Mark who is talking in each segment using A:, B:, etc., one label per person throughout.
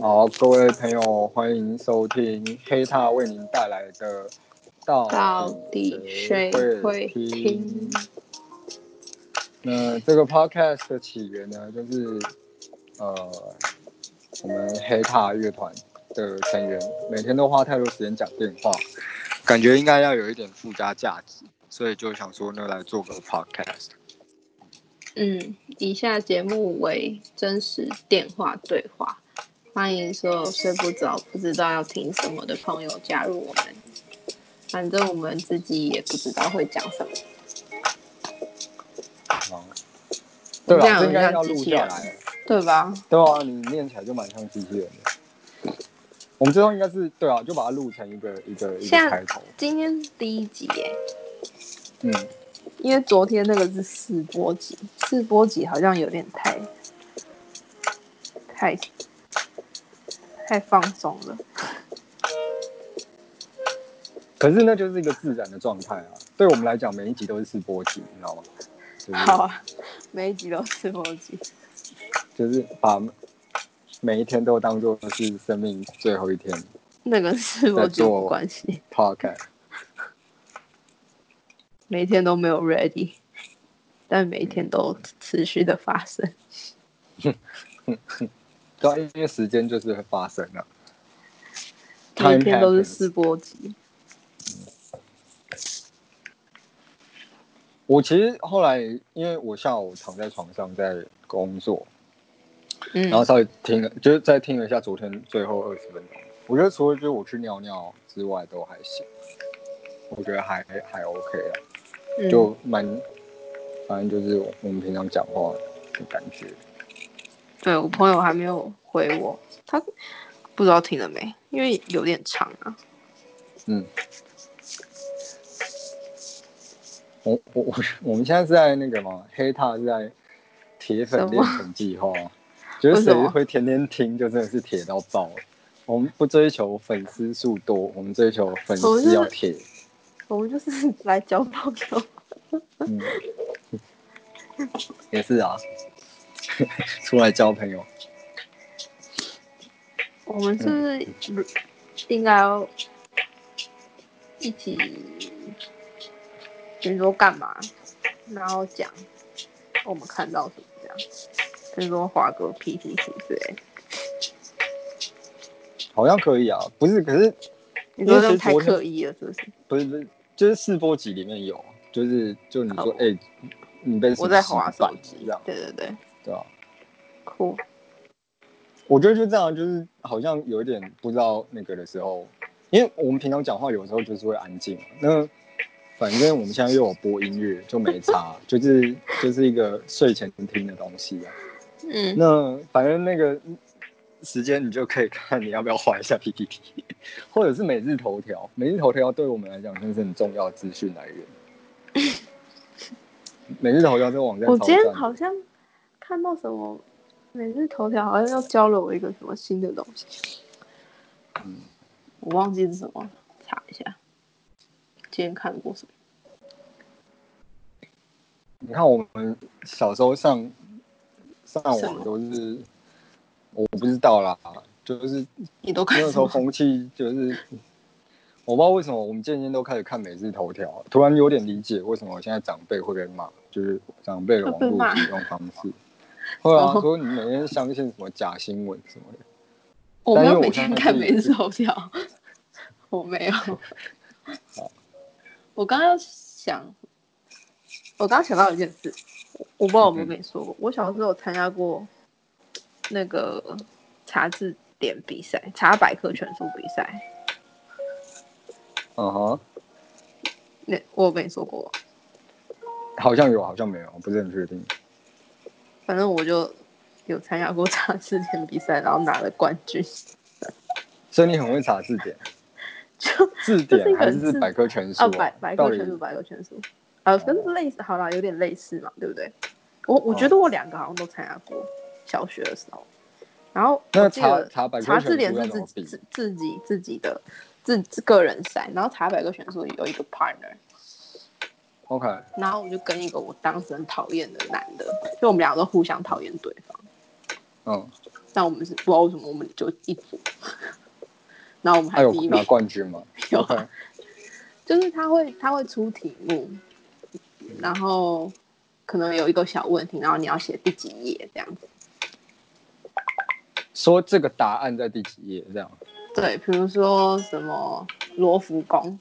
A: 好，各位朋友，欢迎收听黑塔为您带来的
B: 到底谁
A: 会
B: 会
A: 听
B: 听？
A: 那这个 podcast 的起源呢，就是呃，我们黑塔乐团的成员每天都花太多时间讲电话，感觉应该要有一点附加价值，所以就想说呢，来做个 podcast。
B: 嗯，以下节目为真实电话对话，欢迎所有睡不着、不知道要听什么的朋友加入我们。反正我们自己也不知道会讲什么，
A: 哦对
B: 这
A: 吧？
B: 样有
A: 这应该
B: 像
A: 要
B: 机
A: 录
B: 器
A: 下
B: 人
A: 来。
B: 对吧？
A: 对啊，你念起来就蛮像机器人的。我们最后应该是对啊，就把它录成一个一个一个
B: 像
A: 开头。
B: 今天是第一集耶，
A: 嗯，
B: 因为昨天那个是试播集，试播集好像有点太太太放松了。
A: 可是那就是一个自然的状态啊。对我们来讲，每一集都是试播集，你知道吗？就是、
B: 好，啊，每一集都试播集。
A: 就是把每一天都当做是生命最后一天
B: 那个是
A: 在
B: 我就
A: 做
B: 无关系，
A: podcast。
B: 每天都没有 ready，但每一天都持续的发生。
A: 对啊，因为时间就是会发生啊。
B: 每一天都是
A: Time happens
B: 试播集，
A: 我其实后来，因为我下午躺在床上在工作，
B: 嗯
A: 然后稍微听了，就是再听了一下昨天最后二十分钟。我觉得除了就是我去尿尿之外，都还行，我觉得还还 OK 了，
B: 嗯
A: 就蛮，反正就是我们平常讲话的感觉。
B: 对我朋友还没有回我，他不知道听了没，因为有点长啊。
A: 嗯，我我 我我们现在是在那个嘛，黑塔是在铁粉
B: 什
A: 练
B: 么
A: 成计 划，觉得
B: 为什
A: 谁
B: 么
A: 会天天听，就真的是铁到爆。我们不追求粉丝数多，我们追求粉
B: 我就
A: 丝
B: 是
A: 要铁。
B: 我们就是来交朋友，
A: 嗯，也是啊， 出来交朋友。
B: 我们是不是应该要一起，比如说干嘛，然后讲我们看到什么这样，比如说华哥 PPT 之类的。
A: 好像可以啊，不是，可是
B: 你说这太刻意了，是不是？
A: 不是不是， 就是试播集里面有，就是就你说
B: 哦，
A: 哎、你被什么
B: 我在滑
A: 洗版
B: 手机
A: 这样，，
B: 对对对，
A: 对啊。
B: 酷，
A: 我觉得就这样，就是好像有一点不知道那个的时候，因为我们平常讲话有时候就是会安静嘛，那反正我们现在又有播音乐，就没差，就是就是一个睡前听的东西啊。
B: 嗯，
A: 那反正那个时间你就可以看你要不要划一下 PPT，或者是每日头条。每日头条对我们来讲真的是很重要的资讯来源。每日头条这个网站，
B: 我今天好，像看到什么，每日头条好像要教了我一个什么新的东西，
A: 嗯
B: 我忘记是什么，查一下，今天看过什么？
A: 你看我们小时候上上
B: 什么
A: 网都是，我不知道啦，就是
B: 你都看
A: 那
B: 什
A: 时候
B: 么？
A: 风气就是，我不知道为什么我们渐渐都开始看每日头条，突然有点理解为什么现在长辈会被骂，就是长辈的网
B: 会被
A: 络
B: 骂哦
A: 使用方式。后来
B: 然后
A: 说你每天相信什么假新闻什么的，
B: 我没
A: 但是
B: 有
A: 我
B: 每天
A: 现在
B: 看
A: 是
B: 每日头条，我没有。我刚刚想，我刚刚想到一件事，我不知道有没有
A: 嗯
B: 跟你说过，我小时候有参加过那个查字典比赛、查百科全书比赛，
A: 嗯哼，
B: 那我有跟你说过，
A: 好像有，好像没有，我不是很确定。
B: 反正我就有参加过 查字典比赛，然后拿了冠军。
A: 所以你很会查字典，
B: 就
A: 字
B: 这是一
A: 典
B: 个
A: 还
B: 很
A: 是
B: 自
A: 百科全书、
B: 啊，百百
A: 到底
B: 科
A: 哦
B: 全书，百科全书，啊，跟类似，好啦，有点类似嘛，对不对？我我觉得我两个好像都参加过，小学的时候。然后
A: 那
B: 我记
A: 查
B: 得
A: 查百科
B: 查
A: 全
B: 字典
A: 书要
B: 是
A: 怎
B: 自
A: 么
B: 己
A: 比？
B: 自自己自己的自自个人赛，然后查百科全书有一个 partner，
A: OK，
B: 然后我就跟一个我当时很讨厌的男的，就我们两个都互相讨厌对方。
A: 嗯，
B: 但我们是不知道为什么我们就一组， 然后我们
A: 他
B: 还
A: 有
B: 第一
A: 拿
B: 名，
A: 冠军吗？
B: 有啊
A: OK
B: 就是他会他会出题目，然后可能有一个小问题，然后你要写第几页这样子。
A: 说这个答案在第几页？这样
B: 对，比如说什么罗浮宫，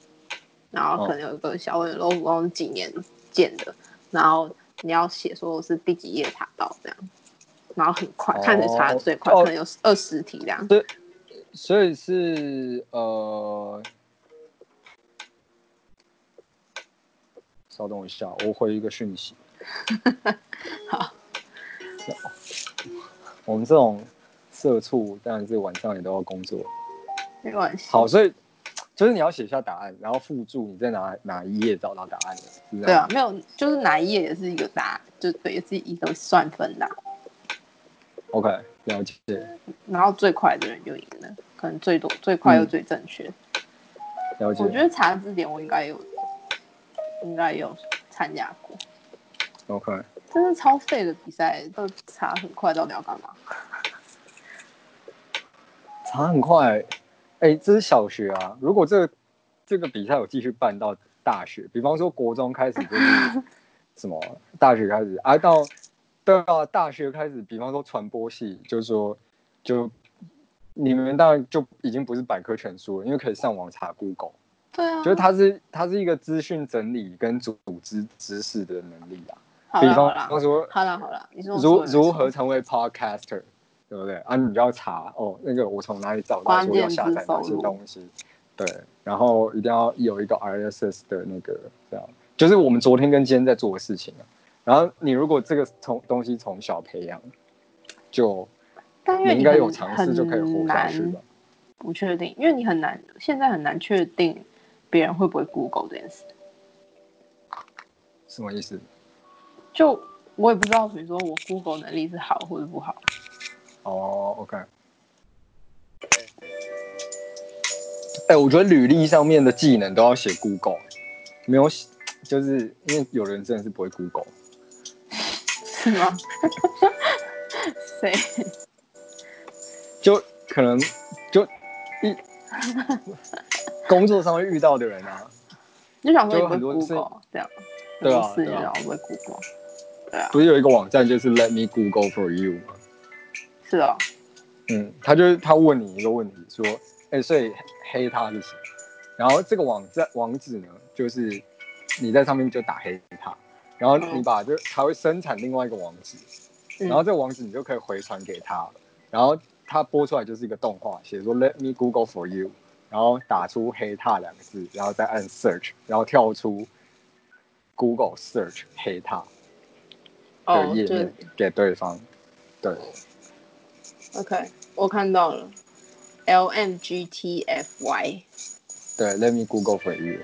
B: 然后
A: 哦
B: 可能有一个小问罗浮宫是几年建的，然后你要写说是第几页查到这样，然后很快，看谁查的最快，
A: 哦
B: 可能有二十题这样。
A: 所以是呃，稍等我一下，我回一个讯息。
B: 好，
A: 我们这种社畜当然是晚上也都要工作。
B: 没关系。
A: 好，，所以就是你要写下答案，然后附注你在哪哪一页找到答案的，是这
B: 对
A: 样吗。，
B: 啊没有，就是哪一页也是一个答案，就对，也是一个算分的啊、
A: OK，了解。
B: 然后最快的人就赢了，可能最多、最快又
A: 嗯
B: 最正确。
A: 了解。
B: 我觉得查字典我应该有，应该有参加过，
A: OK，
B: 真是超废的比赛，都查很快，到底要干嘛？
A: 查很快、哎、这是小学啊。如果这个这个比赛有继续办到大学，比方说国中开始就是 什么，大学开始啊，到对啊，大学开始，比方说传播系，就是说就你们当然就已经不是百科全书了，因为可以上网查 Google。
B: 对啊，
A: 就是它是它是一个资讯整理跟组织知识的能力啊。
B: 好
A: 比
B: 啦好啦
A: 方说，
B: 好啦好啦，你说我
A: 如
B: 说的没错
A: 如何成为 podcaster，对不对？啊，你就要查哦，那个我从哪里找到
B: 关
A: 说
B: 键
A: 要下载
B: 字
A: 哪
B: 搜
A: 些
B: 入
A: 东西？对，然后一定要有一个 RSS 的那个，这样就是我们昨天跟今天在做的事情啊。然后你如果这个从东西从小培养，就
B: 但因
A: 你
B: 为
A: 应
B: 你
A: 该
B: 很
A: 有尝试就可以活下去
B: 很
A: 吧
B: 难。不确定，因为你很难，现在很难确定别人会不会 Google 这件事。
A: 什么意思？
B: 就我也不知道，比如说我 Google 能力是好或者不好。
A: 哦，OK。哎、我觉得履历上面的技能都要写 Google，没欸有写，就是因为有人真的是不会 Google。
B: 是吗？ 谁？
A: 就可能就一工作上会遇到的人啊，
B: 你就想
A: 就
B: 说你
A: 有很
B: 不
A: 多
B: 会
A: 是
B: Google 这样，
A: 对啊
B: 很多私人
A: 对啊
B: 然后不会 Google，对啊，
A: 不是有一个网站就是 Let me Google for you 吗？
B: 是哦，
A: 嗯，他就是他问你一个问题，说，哎、所以黑他是谁？然后这个网站网址呢，就是你在上面就打黑他，然后你把就他会生产另外一个网址，
B: 哦嗯
A: 然后这个网址你就可以回传给他，然后他播出来就是一个动画，写说 Let me Google for you，然后打出黑他两个字，然后再按 search，然后跳出 Google search 黑他的
B: 哦，
A: 页
B: 就
A: 面给对方，对。
B: OK，我看到了，L M G T F Y
A: 对，Let me Google for you。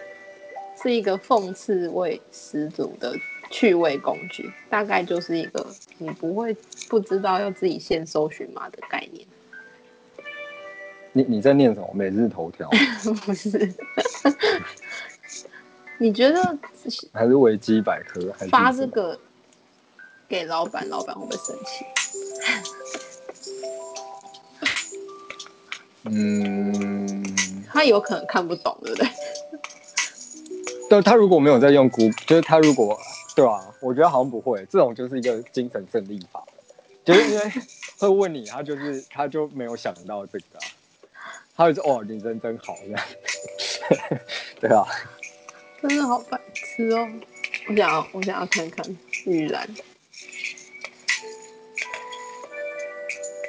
B: 是一个讽刺味十足的趣味工具，大概就是一个你不会不知道要自己先搜寻码的概念，
A: 你你在念什么？每日头条
B: 不是？你觉得
A: 还是维基百科？还是
B: 发
A: 什
B: 这
A: 么
B: 个给老板，老板会不会生气？
A: 嗯，
B: 他有可能看不懂，对不对？
A: 但他如果没有在用 Google，就是他如果对啊，我觉得好像不会。这种就是一个精神胜利法，就是因为会问你，他就是他就没有想到这个、啊，他就说哦，你人真好这样， 对啊，
B: 真的好白痴哦！我想要，我想要看看玉兰，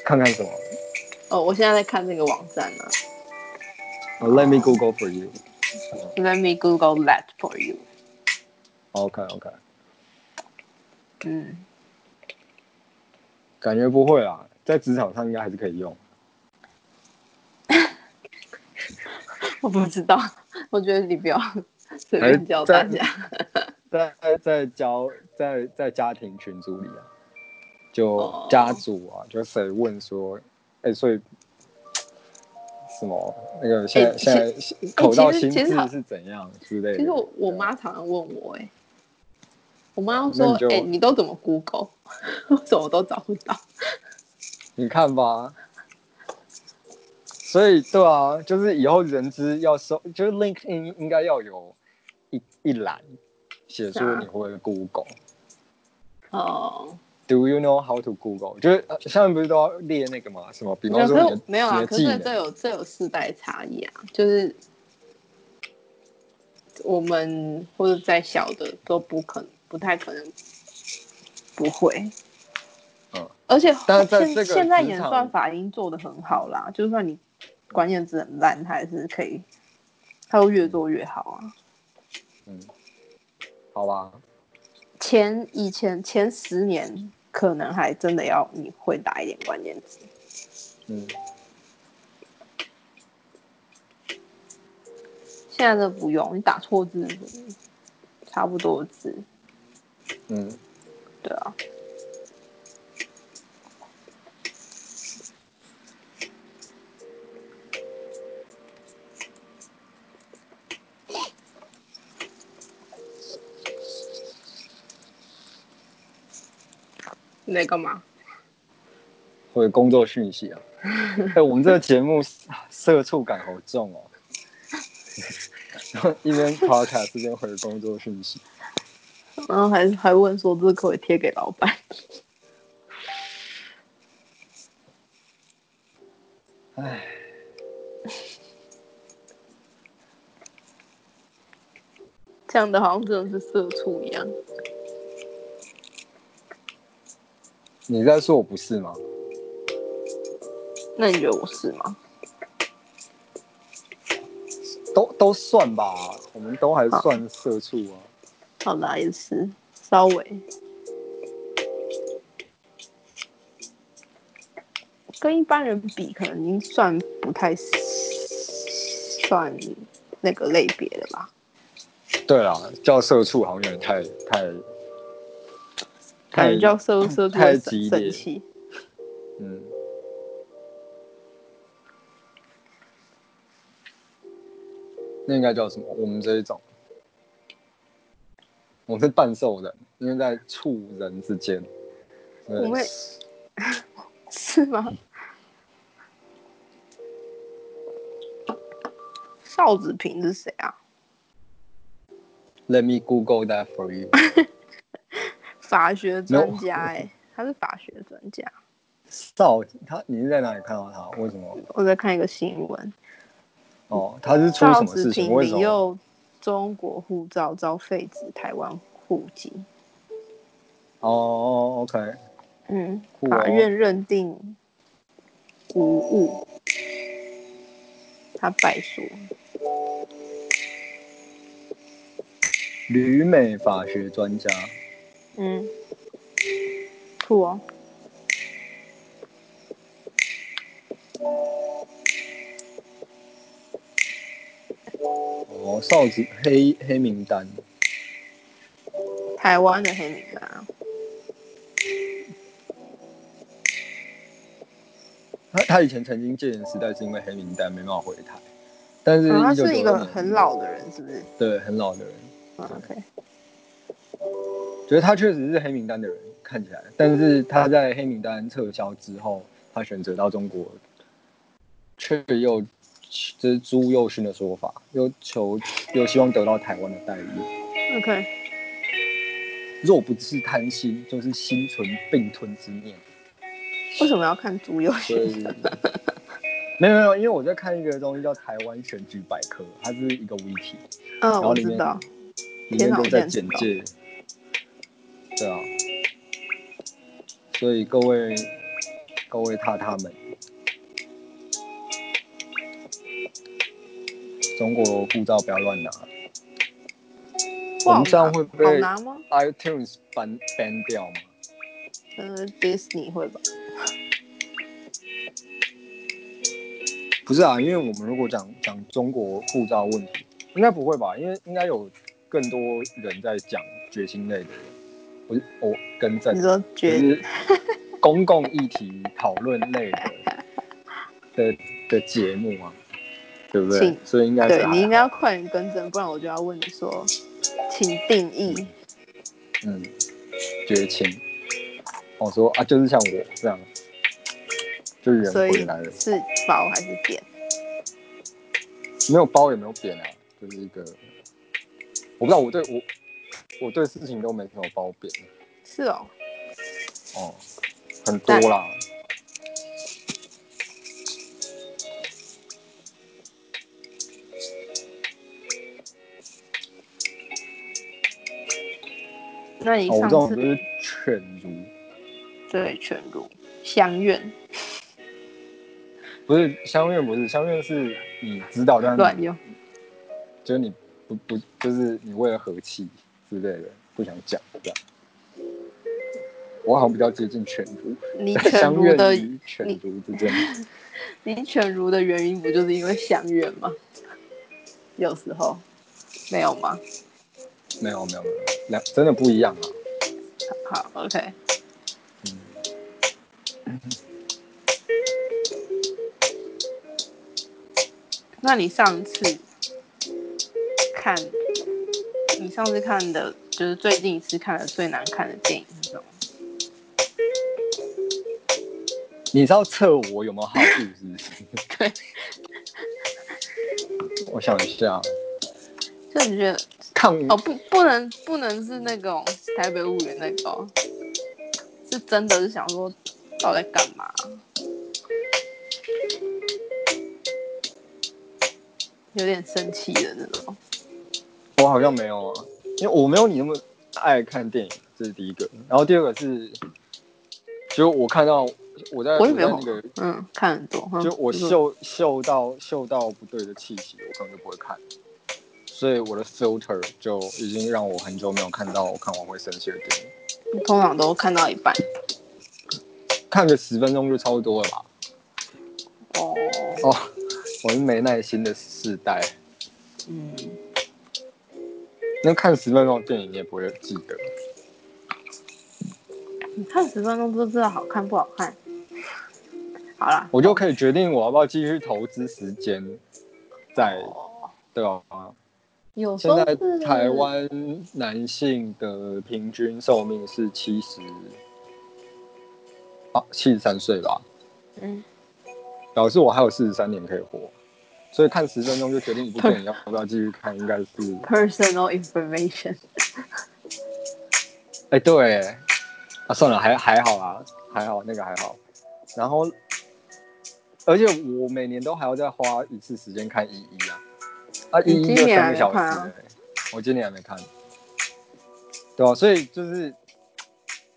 A: 看看什么、
B: 哦，我现在在看这个网站呢、啊、
A: 哦、？Let me Google for you。
B: ，Let me Google that for you。
A: OK OK，
B: 嗯，
A: 感觉不会啊，在职场上应该还是可以用。
B: 我不知道， 我觉得你不要随
A: 还是
B: 便教大
A: 在
B: 家。
A: 在在教在在家庭群组里啊，就
B: 哦
A: 家族啊，就谁问说，哎、所以什么那个现在、
B: 诶
A: 现在口到
B: 哎其实
A: 心
B: 其实
A: 智
B: 好
A: 是怎样之类的？
B: 其实我我妈常常问我、哎，我妈
A: 那
B: 说
A: 你就，
B: 哎、你都怎么 Google？我怎么都找不到？
A: 你看吧。所以对啊，就是以后人资要收，就是 LinkedIn 应该要有一一栏写出
B: 啊
A: 你会 Google。
B: 哦，
A: Do you know how to Google？就是呃下面不是都要列那个嘛？什么？比
B: 没
A: 方
B: 有，
A: 说
B: 可
A: 你
B: 是
A: 的
B: 没有
A: 你
B: 啊，
A: 的
B: 可
A: 技
B: 是
A: 能，
B: 这有这有世代差异啊，就是我们或者再小的都不可能，不太可能不会。
A: 嗯，
B: 而且
A: 但
B: 后
A: 是在这
B: 现
A: 个
B: 现在
A: 职
B: 演
A: 场
B: 算法已经做的很好啦，就算你关键字很烂，它还是可以，它会越做越好啊。
A: 嗯，好吧，
B: 前以前前十年可能还真的要你会打一点关键字，
A: 嗯，
B: 现在都不用，你打错字差不多的字，
A: 嗯，
B: 对啊。你在干嘛？
A: 或者工作讯息 啊。哎，我们这个节目社畜感好重哦。 然后一边 podcast 一边回工作讯息，
B: 然后还还问说这可不可以贴给老板？
A: 哎，
B: 这样的好像真的是社畜一样。
A: 你在说我不是吗？
B: 那你觉得我是吗？
A: 都都算吧，我们都还算社畜啊。
B: 好啦，也是稍微跟一般人比，可能已经算不太算那个类别了吧。
A: 对啦，叫社畜好像有点太太，
B: 感觉叫社社畜
A: 太
B: 会
A: 激
B: 生
A: 烈
B: 生 气。
A: 嗯。那应该叫什么？我们这一种，我是半兽人，因为在畜人之间。呃所以
B: 我们是吗？邵子平是谁啊？
A: Let me Google that for you 。
B: 法学专家哎、他是法学专家。
A: 少他，你是在哪里看到他？为什么？
B: 我在看一个新闻，
A: 哦，他是出
B: 邵
A: 什么
B: 子
A: 事情？
B: 平
A: 为什么？
B: 领
A: 哦
B: 用中国护照遭废止台湾户籍。
A: 哦，OK，
B: 嗯，
A: 酷
B: 法
A: 哦
B: 院认定无误，他败诉。
A: 旅美法学专家。
B: 嗯，酷哦。
A: 哦，少子黑黑名单。
B: 台湾的黑名单啊，
A: 他他以前曾经戒严时代是因为黑名单没办法回台，但是
B: 哦他
A: 一九
B: 是一
A: 九
B: 个
A: 二年
B: 很老的人，是不是？
A: 对很老的人，
B: 嗯，OK。
A: 觉得他确实是黑名单的人看起来，但是他在黑名单撤销之后，他选择到中国，却又这是朱佑勋的说法，又求又希望得到台湾的待遇，
B: OK，
A: 若不是贪心，就是心存并吞之念。
B: 为什么要看朱友
A: 所
B: 勋？
A: 以 没有没有，因为我在看一个东西叫《台湾选举百科》，它是一个 wiki，
B: 嗯，
A: 后
B: 我
A: 里面
B: 知道。
A: 里面
B: 天哪
A: 都
B: 我
A: 在
B: 现在
A: 简
B: 知道
A: 介。对啊，所以各位各位踏踏们，中国护照不要乱拿，我
B: 哇
A: 们这样会
B: 好
A: 被
B: 拿吗？
A: iTunes ban ban 掉吗？
B: 嗯，Disney 会吧？
A: 不是啊，因为我们如果讲讲中国护照问题，应该不会吧？因为应该有更多人在讲决心类的人，我我更正
B: 你，说
A: 就
B: 绝
A: 是公共议题讨论类的的的节目啊，对不对
B: 请？
A: 所以应该是啊
B: 对
A: 还
B: 你应
A: 好
B: 该要快点更正，不然我就要问你说，请定义。
A: 哦嗯绝情。我说啊，就是像我这样，就圆
B: 所
A: 回
B: 以
A: 来了，
B: 是包还是扁？
A: 没有包也没有扁啊，就是一个，我不知道我对我我对事情都没什么褒贬
B: 是哦，
A: 哦，很多啦，
B: 那你
A: 哦我这
B: 上
A: 种
B: 次、
A: 就是犬儒。
B: 对全乳相怨
A: 不是相怨，不是相怨，是你知道，但是
B: 乱
A: 你
B: 用，
A: 就是你不不就是你为了和气之类的，不想讲这样。我好像比较接近犬儒，
B: 你犬
A: 相
B: 儒
A: 怨
B: 的
A: 与犬儒之间，
B: 你犬儒的原因不就是因为相怨吗？有时候没有吗？
A: 没有没有没有，两真的不一样啊。
B: 好，OK，那你上次看，你上次看的，就是最近一次看的最难看的电影是什么？
A: 你知道测我有没有好恶是不是？
B: 对，
A: 我想一下，啊
B: 就你觉得
A: 看
B: 哦，不，不能不能是那种台北物语那个哦、是真的是想说到底在干嘛？有点生气的那种。
A: 我好像没有啊，因为我没有你那么爱看电影，这是第一个。然后第二个是，就我看到我在
B: 我
A: 在
B: 也没有
A: 那个
B: 嗯，看很多，嗯
A: 就我
B: 呃就是
A: 嗅嗅到嗅到不对的气息，我根本就不会看，所以我的 filter 就已经让我很久没有看到我看完会生气的电影，
B: 通常都看到一半。
A: 看个十分钟就差不多了吧？
B: 哦，
A: 哦，我是没耐心的世代，
B: 嗯，
A: 那看十分钟的电影你也不会记得，
B: 你嗯看十分钟就知道好看不好看。好啦，
A: 我就可以决定我要不要继续投资时间在
B: 哦
A: 对吧？
B: 有时
A: 现
B: 候
A: 在
B: 是
A: 台湾男性的平均寿命是七十，啊，七十三岁吧。
B: 嗯，
A: 表示我还有四十三年可以活，所以看十分钟就决定一部电影要不要继续看，应该是，
B: personal information，
A: 哎、对，啊，算了，还还好啦，还好那个还好，然后，而且我每年都还要再花一次时间看一一啊，啊，一
B: 你
A: 一
B: 今
A: 就
B: 年
A: 三个
B: 还没
A: 小时、
B: 看啊
A: 欸，我今年还没看，对啊，所以就是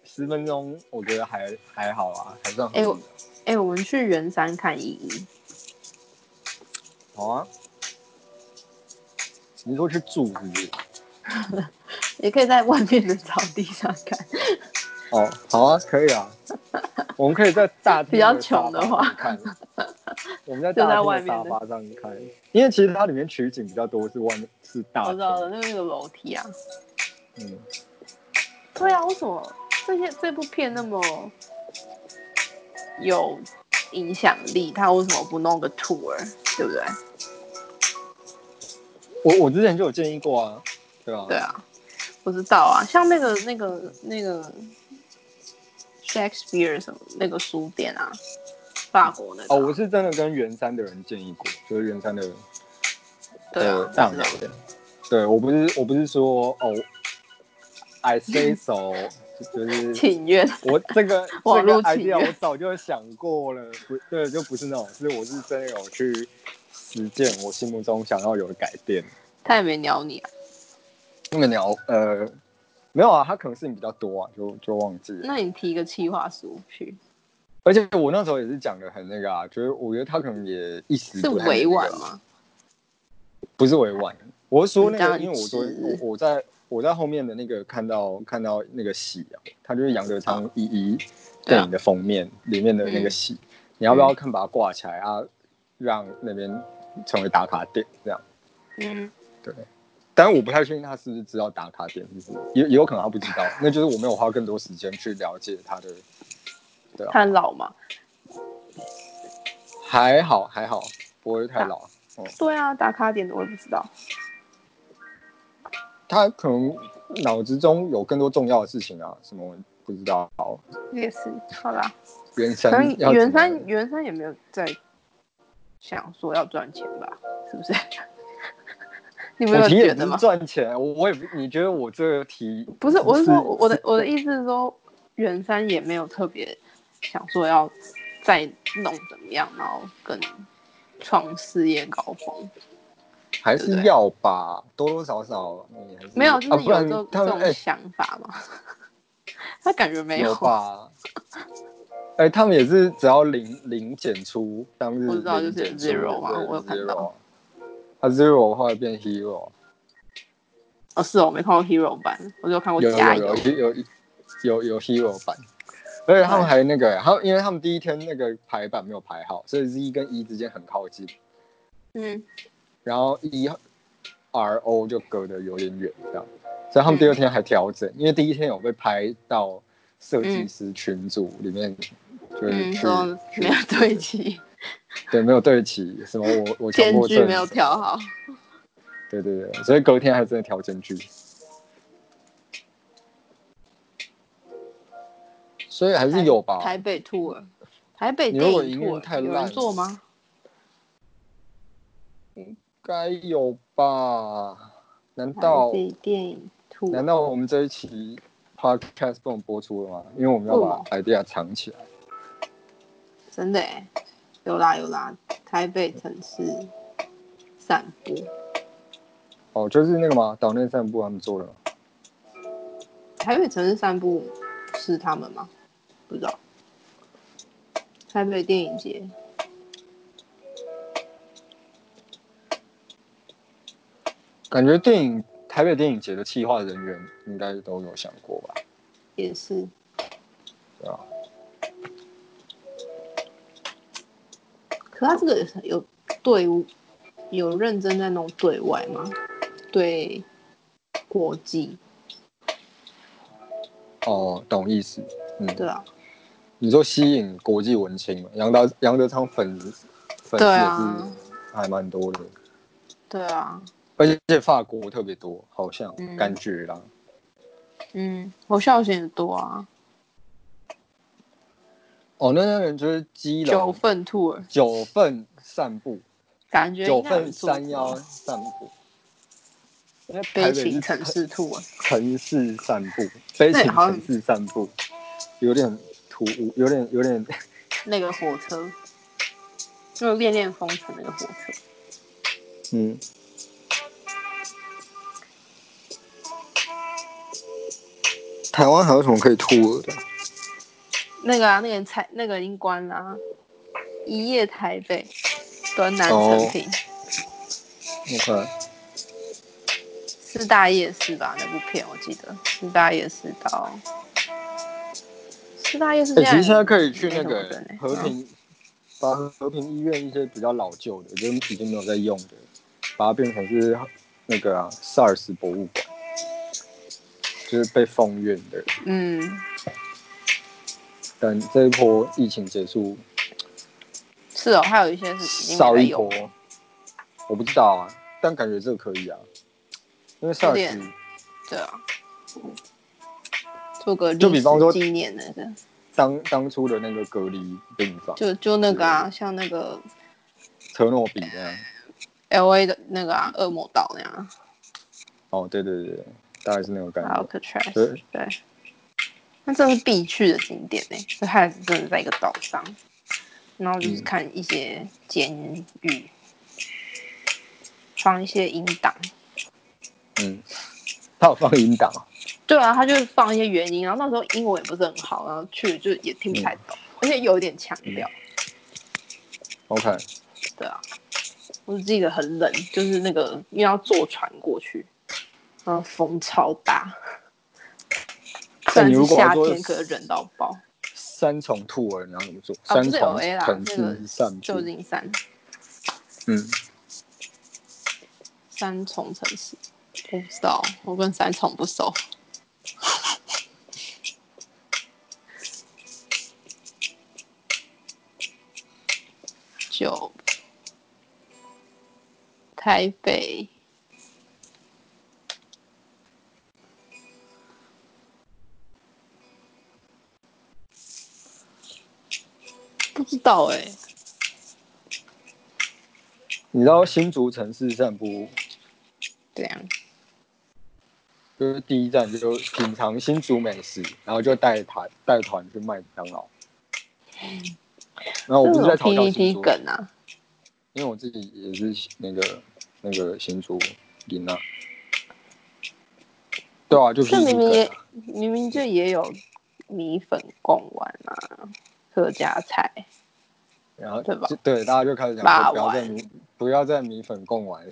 A: 十分钟，我觉得还还好啊，还算合理
B: 哎
A: 的
B: 我哎、我们去圆山看一一，
A: 好啊。你说去住是不是？
B: 也可以在外面的草地上看。
A: 哦，好啊，可以啊，我们可以在大厅
B: 比较
A: 的沙
B: 穷的
A: 发
B: 话
A: 上看，我们在
B: 就在
A: 大厅
B: 外
A: 的
B: 面
A: 沙
B: 的
A: 发上看，因为其实它里面取景比较多是外面是大
B: 我
A: 厅
B: 知，道了，就是那个楼梯啊。
A: 嗯，
B: 对啊，为什么这些这部片那么有影响力？他为什么不弄个 tour，对不对？
A: 我我之前就有建议过啊，对吧？
B: 对啊，我知道啊，像那个那个那个 Shakespeare 什么那个书店啊，法国那个
A: 哦，
B: 啊、
A: 我是真的跟圆山的人建议过，就是圆山的
B: 对啊
A: 的，大
B: 我知
A: 马
B: 道
A: 人，对我不是我不是说哦，I say so，就是
B: 请愿，
A: 我这个
B: 网
A: 这个
B: 络起
A: idea
B: 源
A: 我早就想过了，不，对，就不是那种，是我是真的有去实践我心目中想要有的改变。
B: 他也没鸟你啊。
A: 那个鸟，呃，没有啊，他可能事情比较多啊，就就忘记了。
B: 那你提一个企划书去，
A: 而且我那时候也是讲的很那个啊，就是我觉得他可能也一时
B: 是
A: 不太那个啊
B: 委婉吗？
A: 不是委婉，我是说那
B: 你这
A: 个，
B: 样
A: 因为我昨天
B: 直
A: 我我在我在后面的那个看到看到那个喜啊，它就是杨德昌一一
B: 哦对
A: 电
B: 啊嗯
A: 影的封面、里面的那个喜，你要不要看把它挂起来啊，让那边成为打卡点这样？
B: 嗯，
A: 对，当然我不太确定他是不是知道打卡点是什么，也也有可能他不知道，那就是我没有花更多时间去了解他的。对啊，
B: 他很老嘛。
A: 还好还好，不会太老。
B: 对啊，打卡点的我也不知道。
A: 他可能脑子中有更多重要的事情啊，什么不知道，
B: 也是，好啦，
A: 原
B: 可
A: 山
B: 能
A: 要
B: 袁
A: 怎么
B: 山袁山也没有在想说要赚钱吧，是不 是？你没有
A: 我提
B: 觉
A: 也不
B: 得
A: 是
B: 吗？
A: 赚钱，我我也不，你觉得我这个题
B: 不是，我是说我的我的意思是说，袁山也没有特别想说要再弄怎么样，然后跟创事业高峰。
A: 还
B: 对不
A: 是
B: 对
A: 要吧，多多少少你还是
B: 没有，就
A: 啊
B: 是
A: 不然
B: 有这
A: 他
B: 这
A: 们
B: 种
A: 哎
B: 想法嘛。 他感觉没有，
A: 吧？哎、他们也是只要零零减出，他们是
B: 我知道就是
A: 零减出
B: zero 嘛
A: 对
B: 我有看到
A: zero 啊，zero 后来变 hero，
B: 哦，是哦，我没看过 Hero 版，我只有看过
A: 有有
B: 加
A: 有
B: 油。
A: 有有有有 hero 版，而且他们
B: 哎
A: 还那个、他们因为他们第一天那个排版没有排好，所以 Z 跟 E 之间很靠近，
B: 嗯，
A: 然后 E R O 就隔得有点远，这样，所以他们第二天还调整，因为第一天有被拍到设计师群组里面，就是
B: 嗯，
A: 去、
B: 说没有对齐，
A: 对没有对齐，什么我我强
B: 间
A: 迫
B: 距
A: 症
B: 没有
A: 什么
B: 调好。
A: 对对对，所以隔天还真的调间距。所以还是有吧，
B: 台北 tour，台北
A: 你
B: 电
A: 如果
B: 影
A: 营运
B: tour
A: 太
B: 有
A: 烂
B: 人做吗？
A: 该有吧？难
B: 台
A: 道
B: 北电影
A: 难
B: tour，
A: 道我们这一期 podcast 不能播出了吗？因为我们要
B: 哦
A: 把 idea 藏起来。
B: 真的哎，有啦有啦，台北城市散步，
A: 哦，就是那个嘛，岛内散步他们做的嘛。
B: 台北城市散步是他们吗？不知道。台北电影节，
A: 感觉电影台北电影节的企划人员应该都有想过吧？
B: 也是，
A: 对啊，
B: 可他这个有对有认真在弄对外吗？对国际，
A: 哦，懂意思。嗯，
B: 对啊，
A: 你说吸引国际文青嘛？杨德杨德昌粉丝粉丝
B: 对
A: 也
B: 啊
A: 是还蛮多的，
B: 对啊，
A: 而且法国特别多，好像、
B: 嗯
A: 感觉啦。
B: 嗯，侯孝贤也多啊，
A: 哦，那那个人就是基
B: 九
A: 隆
B: 份 tour，
A: 九份散步，
B: 感觉
A: 九
B: 应该有
A: 份
B: 人做
A: 山腰散步。因为台
B: 悲
A: 北是
B: 情城市 啊 tour，
A: 城市散步，悲情
B: 好像
A: 城市散步，有点突兀，有点有点
B: 那个火车，就是恋恋风尘那个火车，
A: 嗯，台湾还有什么可以吐的？
B: 那个啊，那个才那个已经关了、啊，一夜台北，端南
A: 哦
B: 成品、
A: 我看
B: 四大夜市吧，那部片我记得四大夜市到四大夜市
A: 哎、
B: 这样、
A: 其实现在可以去那
B: 没
A: 个、
B: 什么人欸
A: 和平，把和平医院一些比较老旧的，就是已经没有在用的，把它变成是那个、啊、SARS 博物馆，就是被封院的。
B: 嗯，嗯
A: 等这一波疫情结束，
B: 是哦，还有一些是已经没
A: 少
B: 在
A: 一
B: 用
A: 波，我不知道啊，但感觉这个可以啊，因为
B: 有
A: SARS
B: 点对啊，做个
A: 就比方说
B: 历史纪念那个，
A: 当当初的那个隔离病房，
B: 就就那个啊，像那个
A: 车诺比啊那样。
B: L A 的那个啊，恶魔岛那样啊
A: 哦，对对对对，大概是那种感觉。
B: ，Alcatraz，
A: 嗯对
B: 对，那这是必去的景点呢、就它真的在一个岛上，然后就是
A: 嗯
B: 看一些监狱，放一些音档，
A: 嗯，他有放音档哦，
B: 对啊，他就是放一些原音，然后那时候英文也不是很好，然后去了就也听不太
A: 嗯
B: 懂，而且有一点腔调，
A: OK，
B: 对啊，我记得很冷，就是那个因为要坐船过去，然后风超大，
A: 那
B: 虽然
A: 哎你
B: 是
A: 如果
B: 夏
A: 要做
B: 天，可是冷到爆。
A: 三重兔儿，你要怎么做？
B: 啊
A: 三
B: 不是
A: 重
B: LA 啦
A: 城
B: 这个
A: 市散
B: 旧
A: 步，
B: 金山
A: 嗯，
B: 三重城市，我不知道，我跟三重不熟。 就台北，知道哎、
A: 你知道新竹城市散步，
B: 这样
A: 就是第一站就品尝新竹美食，然后就带团带团去麦当劳。哦然后我
B: 这
A: 不是在
B: 种
A: 嘲笑
B: PPT
A: 新竹，
B: 梗啊，
A: 因为我自己也是那个那个新竹林啊。对啊，就 PPT
B: 这明明
A: 梗
B: 也
A: 啊。
B: 明明就也有米粉贡丸啊，客家菜，
A: 然后
B: 对吧
A: 就对，大家就开始讲
B: 霸
A: 说不要再
B: 王
A: 米不要再米粉共玩，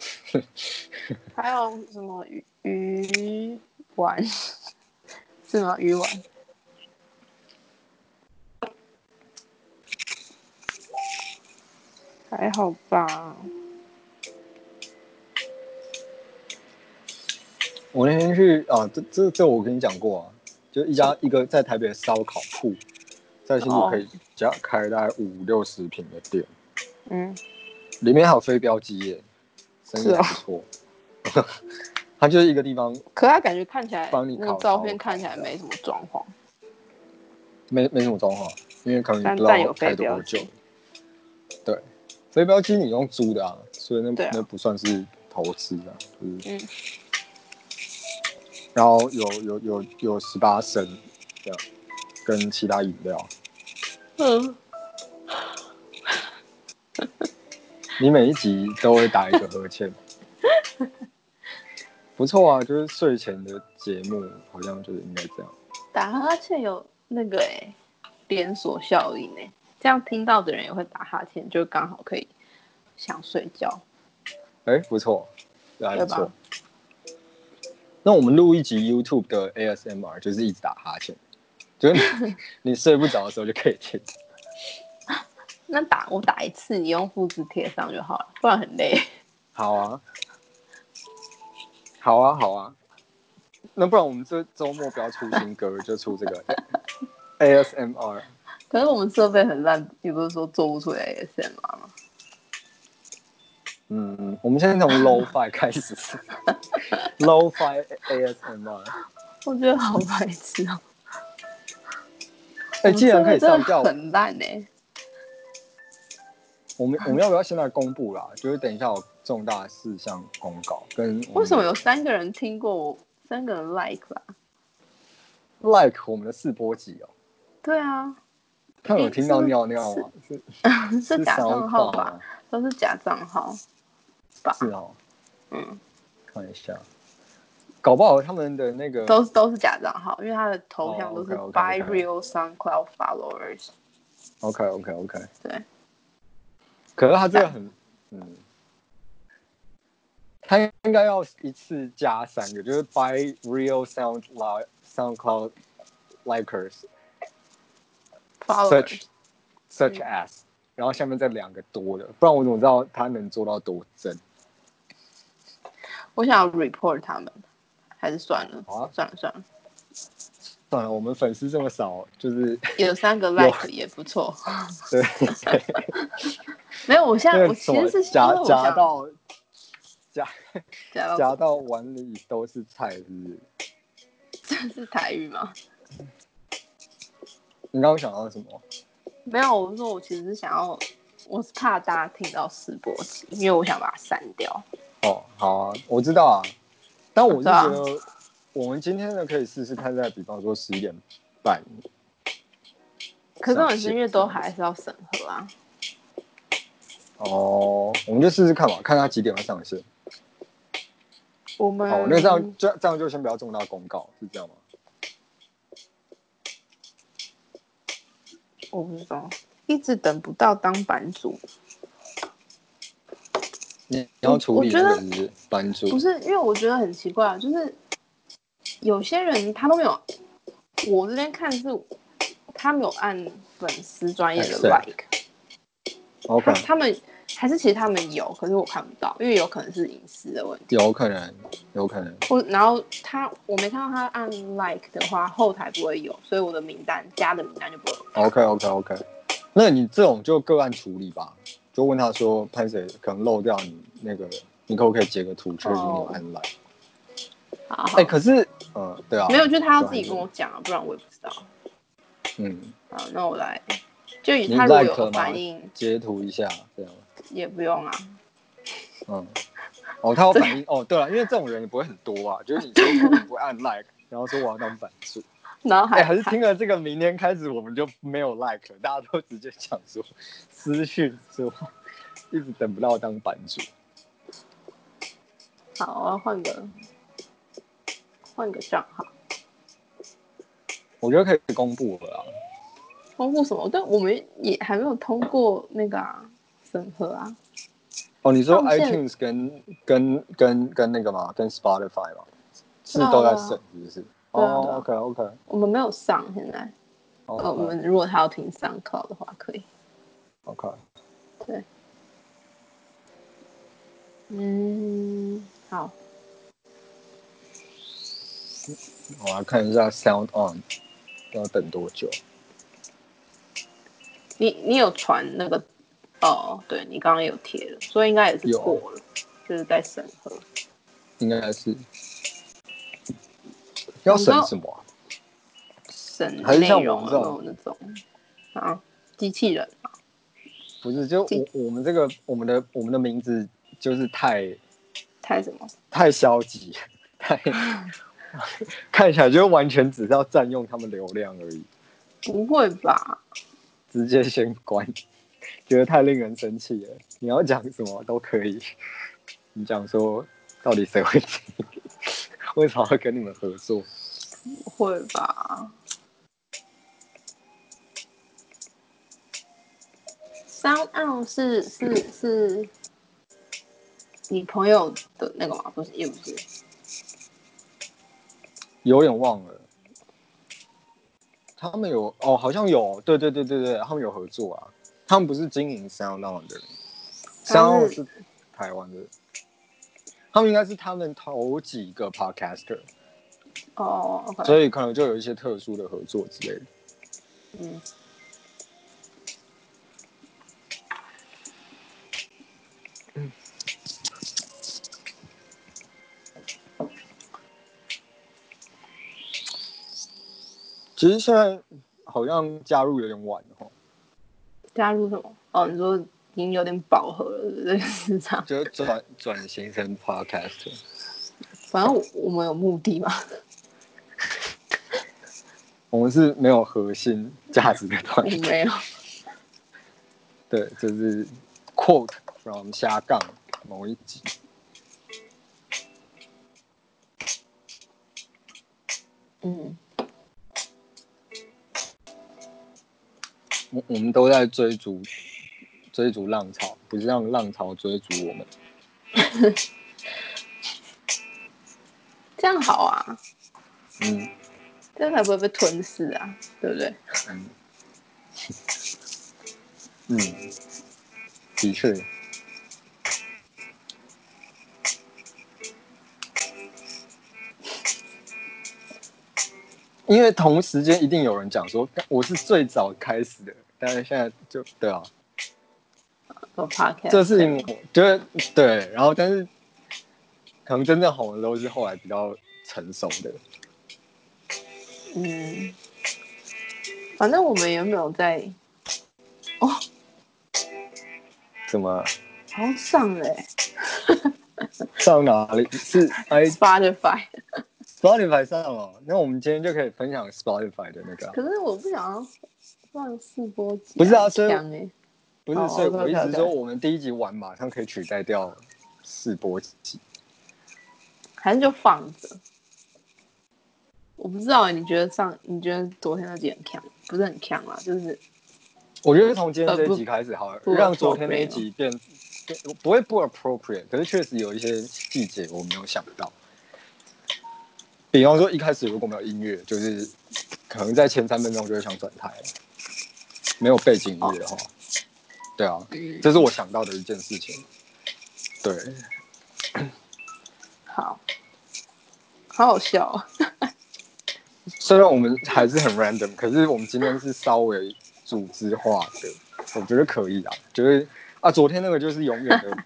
B: 还有什么鱼鱼丸 是吗？鱼丸还好吧？
A: 我那天去啊，这这这我跟你讲过啊，就一家一个在台北的烧烤铺，在新竹可
B: 哦
A: 以加开大概五六十平的店，
B: 嗯，
A: 里面还有飞镖机耶，生
B: 是
A: 意
B: 哦
A: 还不错。 它就是一个地方
B: 可他感觉看起来
A: 帮你
B: 那个
A: 烤
B: 照
A: 烧
B: 片
A: 烤
B: 看起来没什么装潢，
A: 没没什么装潢，因为可能
B: 但
A: 你不知
B: 但有
A: 道
B: 飞
A: 开多
B: 镖
A: 久
B: 机。
A: 对，飞镖机你用租的啊，所以那、
B: 对啊
A: 那不算是投资啊，就是。
B: 嗯
A: 然后有有有有十八升这样，跟其他饮料。
B: 嗯，
A: 你每一集都会打一个呵 欠，不错啊，就是睡前的节目好像就是应该这样。
B: 打哈欠有那个哎、连锁效应哎、这样听到的人也会打哈欠，就刚好可以想睡觉，
A: 哎，不错，对啊还不
B: 对吧
A: 错。那我们录一集 YouTube 的 ASMR，就是一直打哈欠，就是 你你睡不着的时候就可以听。
B: 那打我打一次，你用复制贴上就好了，不然很累。
A: 好啊，好啊，好啊。那不然我们这周末不要出新歌，就出 这个 ASMR。
B: 可是我们设备很烂，你不是说做不出来 ASMR 吗？
A: 嗯，我们现在从 low-fi 开始，low-fi ASMR。
B: 我觉得好白痴哦、
A: 哎、既然可以上嗯
B: 我
A: 架
B: 们设备真的，很烂哎、
A: 我
B: 啊
A: 们我们要不要现在公布啦？就是等一下有重大事项公告，跟我们
B: 为什么有三个人听过我，三个人 like 啊啦？
A: like 我们的试播集哦？
B: 对啊，
A: 他有听到尿尿吗？是
B: 是假账号
A: SoundCloud
B: 吧
A: 吗？？
B: 都是假账号。
A: 是哦，
B: 嗯，
A: 看一下，搞不好他们的那个
B: 都是都是假账号，因为他的头像
A: 哦
B: 都是
A: OK，OK，OK
B: by real SoundCloud followers。
A: OK OK OK，
B: 对，
A: 可是他这个很嗯。他应该要一次加三个，就是 by real sound li- SoundCloud likers
B: followers
A: such
B: 嗯
A: such as，、然后下面再两个多的，不然我怎么知道他能做到多真？
B: 我想要 report 他们，还是算了，
A: 好啊
B: 算了算了，
A: 算了，我们粉丝这么少，就是
B: 有三个 like 也不错。
A: 对，
B: 没有，我现
A: 那
B: 在
A: 个
B: 我
A: 什
B: 其
A: 么
B: 实是
A: 夹
B: 因为我
A: 夹
B: 想呃
A: 到夹
B: 夹
A: 夹
B: 到，
A: 到碗里都是菜，是不是？
B: 这是台语吗？
A: 你刚刚想到什么？
B: 没有，我是说我其实是想要，我是怕大家听到试播集，因为我想把它删掉。
A: 哦，好啊，我知道啊，但我是
B: 知道
A: 觉得我们今天呢可以试试看，在比方说十点半，
B: 可是重点是因为都还是要审核啊。
A: 哦，我们就试试看吧，看他几点会上线。
B: 我们
A: 好，哦那这样
B: 嗯
A: 这这样就先不要重大公告，是这样吗？
B: 我不知道，一直等不到当版主，
A: 你你要处理
B: 我觉
A: 那个
B: 得
A: 是不是班主
B: 不是因为我觉得很奇怪，啊就是有些人他都没有，我这边看是他没有按粉丝专业的
A: Accept
B: like，
A: ，OK，
B: 他他们还是其实他们有，可是我看不到，因为有可能是隐私的问题。
A: 有可能，有可能，
B: 我然后他我没看到他按 like 的话，后台不会有，所以我的名单加的名单就不会有。
A: OK OK OK，那你这种就个案处理吧，就问他说潘谁可能漏掉你那个，你可不可以截个图确认你
B: 哦
A: 有按来？
B: 好好
A: 哎、可是，嗯、对啊，
B: 没有，就是他要自己跟我讲啊，不然我也不知道。
A: 嗯，
B: 好，那我来就以
A: 你
B: 他如果
A: like
B: 有
A: 吗
B: 反应，？
A: 截图一下这样。
B: 也不用啊。
A: 嗯，哦，他有反应哦。对了，因为这种人也不会很多啊，就是你截图你不按 like，然后说我要当反数，
B: 然后
A: 哎、
B: 还
A: 还是听了这个，明天开始我们就没有 like，了大家都直接讲说私讯说，一直等不到当版主。
B: 好，我要换个换个账号，
A: 我觉得可以公布了啊，
B: 通过什么？但我们也还没有通过那个、啊、审核啊。
A: 哦，你说
B: 上线
A: iTunes 跟跟跟跟那个吗？跟 Spotify 吗？是都在审，是不是？
B: 嗯对啊
A: 哦，OK OK，
B: 我们没有上，现在呃，我们如果他要听上课的话，可以。
A: OK，
B: 对，嗯，好，
A: 我来看一下 Sound On 要等多久。
B: 你你有传那个哦？对你刚刚有贴了，所以应该也是
A: 有啊
B: 过了，就是在审核。
A: 应该是要审什么啊、
B: 审
A: 还是
B: 内
A: 像
B: 容
A: 我
B: 啊
A: 们这
B: 有那种啊，机器人啊，
A: 不是，就
B: 这
A: 我我们这个我们的我们的名字就是太
B: 太什么？
A: 太消极，太看起来就完全只是要占用他们流量而已，
B: 不会吧？
A: 直接先关，觉得太令人生气了。你要讲什么都可以，你讲说到底谁会听？ 为什么要跟你们合作？
B: 不会吧？三岸是是是，你朋友的那个吗？不是，也不是。
A: 有点忘了，他们有哦，好像有，对对对对对，他们有合作啊。他们不是经营 Sound On 的人
B: 他
A: ，Sound
B: 们
A: On 是台湾的，他们应该是他们头几个 Podcaster，
B: 哦，OK，
A: 所以可能就有一些特殊的合作之类的。
B: 嗯，
A: 其实现在好像加入有点晚哦，
B: 加入什么？哦，你说已经有点饱和了，对不 对？市场，
A: 就是转转型成 Podcaster。
B: 反正我我们有目的嘛。
A: 我们是没有核心价值的团
B: 我
A: 队，
B: 没有，
A: 对，就是 quote from 下杠某一集。
B: 嗯，
A: 我我们都在追逐追逐浪潮，不是让浪潮追逐我们。
B: 这样好啊，
A: 嗯
B: 这样才不会被吞噬啊，对不对？
A: 嗯嗯，的确，因为同时间一定有人讲说我是最早开始的，但是现在就对啊，
B: 我 podcast
A: 这事情我觉得对，然后但是可能真正红的都是后来比较成熟的。
B: 嗯，反正我们也没有在，
A: 怎么
B: 好像上了欸
A: 上哪里？是 i
B: Spotify，
A: Spotify 上哦。那我们今天就可以分享 Spotify 的那个啊、
B: 可是我不想要放试播集，
A: 不是啊
B: 很
A: 所以
B: 强欸
A: 不是
B: 哦
A: 所以我
B: OK，OK，OK
A: 一直说我们第一集玩马上可以取代掉试播集。
B: 还是就放着。我不知道欸，你觉得上？你觉得昨天那集很强？不是很强啊，就是
A: 我觉得从今天这一集开始好了，
B: 呃不
A: 让昨天那一集变不会不 appropriate，可是确实有一些细节我没有想到。比方说一开始如果没有音乐，就是可能在前三分钟就会想转台了，没有背景音乐的
B: 哦
A: 话，对啊，
B: 嗯
A: 这是我想到的一件事情。对，
B: 好，好好笑啊、
A: 虽然我们还是很 random，可是我们今天是稍微组织化的，我觉得可以啊。就是啊，昨天那个就是永远 的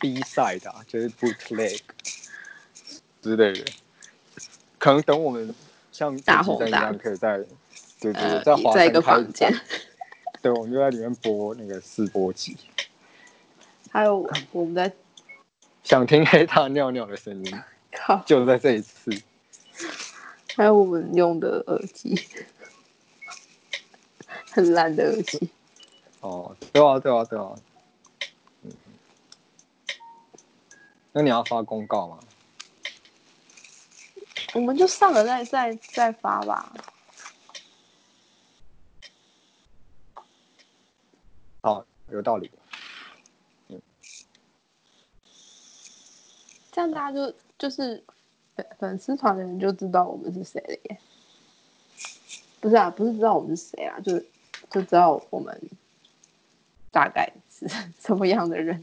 A: B side 啊，就是 bootleg 之类的。可能等我们像
B: 大
A: 这
B: 红
A: 一
B: 大
A: 样，可以在对对
B: 呃
A: 对，在华
B: 在一
A: 山
B: 个
A: 开
B: 房间
A: 展对，我们就在里面播那个试播集，
B: 还有我们在
A: 想听黑塔尿尿的声音，
B: 靠，
A: 就在这一次。
B: 还有我们用的耳机， 很烂的耳机。
A: 哦，对啊，对啊，对啊。嗯那你要发公告吗？
B: 我们就上了再再再发吧。
A: 好，哦有道理。
B: 这样大家就就是粉粉丝团的人就知道我们是谁了耶。不是啊，不是知道我们是谁啊，就是就知道我们大概是 什么样的人。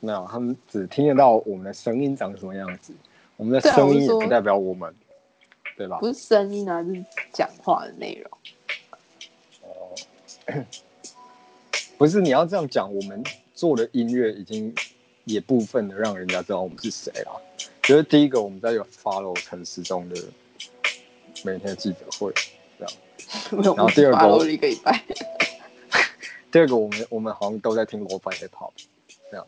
A: 没有，他们只听得到我们的声音长什么样子，我们的
B: 对啊
A: 声
B: 我是
A: 音也不
B: 说
A: 代表我们，对吧
B: 不？是声音啊，是讲话的内容。
A: 不是，你要这样讲，我们做的音乐已经也部分的让人家知道我们是谁了。就是第一个，我们在有 follow 陈时中的每天的记者会；
B: 没有，
A: 然后第二个
B: 发了一个礼拜，
A: 第二个，我们我们好像都在听 lofi hip hop，这样，